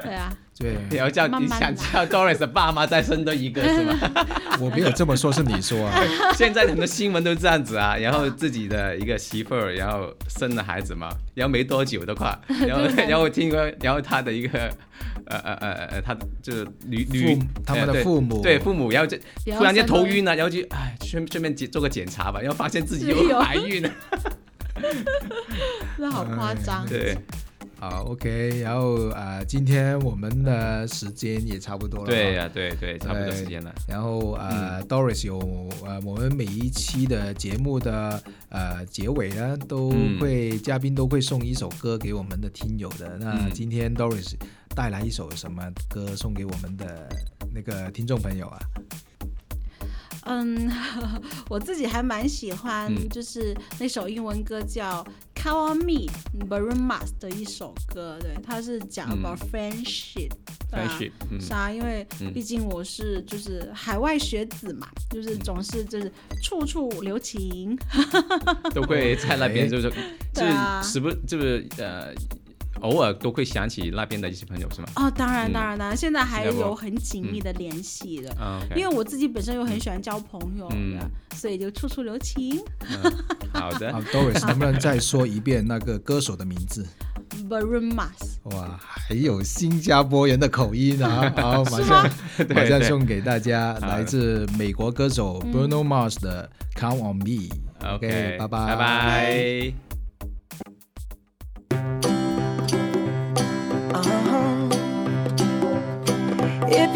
[SPEAKER 4] 对啊，
[SPEAKER 3] 对，
[SPEAKER 2] 你要叫
[SPEAKER 4] 慢
[SPEAKER 2] 你
[SPEAKER 4] 慢
[SPEAKER 2] 想
[SPEAKER 4] 来
[SPEAKER 2] 叫 Doris 的爸妈再生多一个是 吧？
[SPEAKER 3] 我没有这么说，是你说啊。
[SPEAKER 2] 现在很多新闻都这样子啊，然后自己的一个媳妇儿，然后生了孩子嘛，然后没多久的 话，然后然后听说，然后他的一个呃呃呃呃，他就是女女
[SPEAKER 3] 父他们
[SPEAKER 2] 呃
[SPEAKER 3] 的
[SPEAKER 2] 对
[SPEAKER 3] 父
[SPEAKER 4] 哎
[SPEAKER 3] 母
[SPEAKER 2] 对父母，然后就
[SPEAKER 4] 也要
[SPEAKER 2] 突然间
[SPEAKER 4] 生多
[SPEAKER 2] 头
[SPEAKER 4] 一
[SPEAKER 2] 晕了，然后就哎顺顺便检做个检查吧，然后发现自己
[SPEAKER 4] 自己
[SPEAKER 2] 又
[SPEAKER 4] 有
[SPEAKER 2] 怀孕了，
[SPEAKER 4] 那好夸张。
[SPEAKER 2] 对
[SPEAKER 3] 好，OK，然后呃，今天我们的时间也差不多了。啊
[SPEAKER 2] 对。呀、对对，差不多时间了，
[SPEAKER 3] 然后呃、d
[SPEAKER 2] 嗯
[SPEAKER 3] o r i s 有呃，我们每一期的节目的呃结尾呢，都
[SPEAKER 2] 嗯
[SPEAKER 3] 会、嘉宾都会送一首歌给我们的听友的。那
[SPEAKER 2] 嗯
[SPEAKER 3] 今天 Doris 带来一首什么歌送给我们的那个听众朋友啊？
[SPEAKER 4] 嗯， 我自己还蛮喜欢
[SPEAKER 2] 嗯，
[SPEAKER 4] 就是那首英文歌叫《Call on Me》，Maroon Mars 的一首歌，对，它是讲
[SPEAKER 2] 嗯
[SPEAKER 4] about friendship，对吧
[SPEAKER 2] friendship，嗯
[SPEAKER 4] 是啊，因为
[SPEAKER 2] 嗯
[SPEAKER 4] 毕竟我是就是海外学子嘛，就是
[SPEAKER 2] 嗯
[SPEAKER 4] 总是就是处处留情，
[SPEAKER 2] 都会在那
[SPEAKER 3] 哎
[SPEAKER 2] 边就是就
[SPEAKER 4] 对啊
[SPEAKER 2] 是时不就是呃偶尔都会想起那边的一些朋友是吗？
[SPEAKER 4] 哦，当然
[SPEAKER 2] 嗯
[SPEAKER 4] 当然当然，现在还
[SPEAKER 2] 新加坡
[SPEAKER 4] 有很紧密的联系的，
[SPEAKER 2] 啊，OK，
[SPEAKER 4] 因为我自己本身又很喜欢交朋友，
[SPEAKER 2] 嗯
[SPEAKER 4] 对吧所以就处处留情
[SPEAKER 2] 嗯好的
[SPEAKER 3] 啊，，Doris 能不能再说一遍那个歌手的名字？
[SPEAKER 4] ，Maroon Mars。
[SPEAKER 3] 哇，还有新加坡人的口音 啊！好，马上马上送给大家，来自美国歌手 Bruno Mars 的《Count on Me》。
[SPEAKER 2] ，OK，
[SPEAKER 3] 拜
[SPEAKER 2] 拜拜。
[SPEAKER 5] Uh-huh. If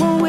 [SPEAKER 5] when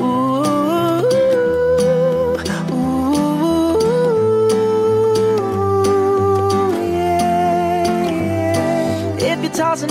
[SPEAKER 5] Ooh, ooh, yeah. If you're tossing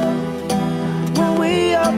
[SPEAKER 5] when we are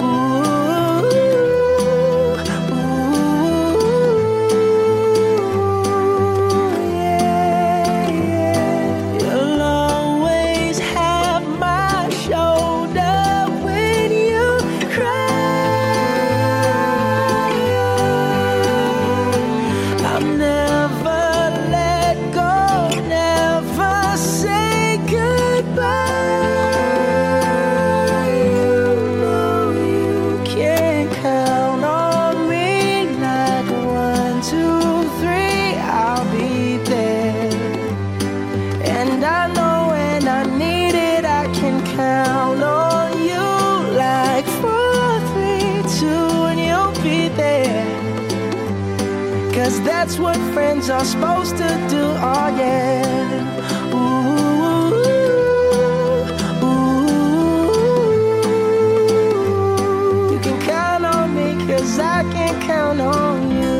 [SPEAKER 5] Ooh, ooh, yeah, yeah. You'll always have my shoulder when you cry. I'll never let go, never say goodbye. You know you can count on me like one, two, three, I'll be there. And I know when I need it, I can count on you like four, three, two, and you'll be there. Cause that's what friends are supposed to do, oh yeah. Ooh, ooh, you can count on me, cause I can count on you.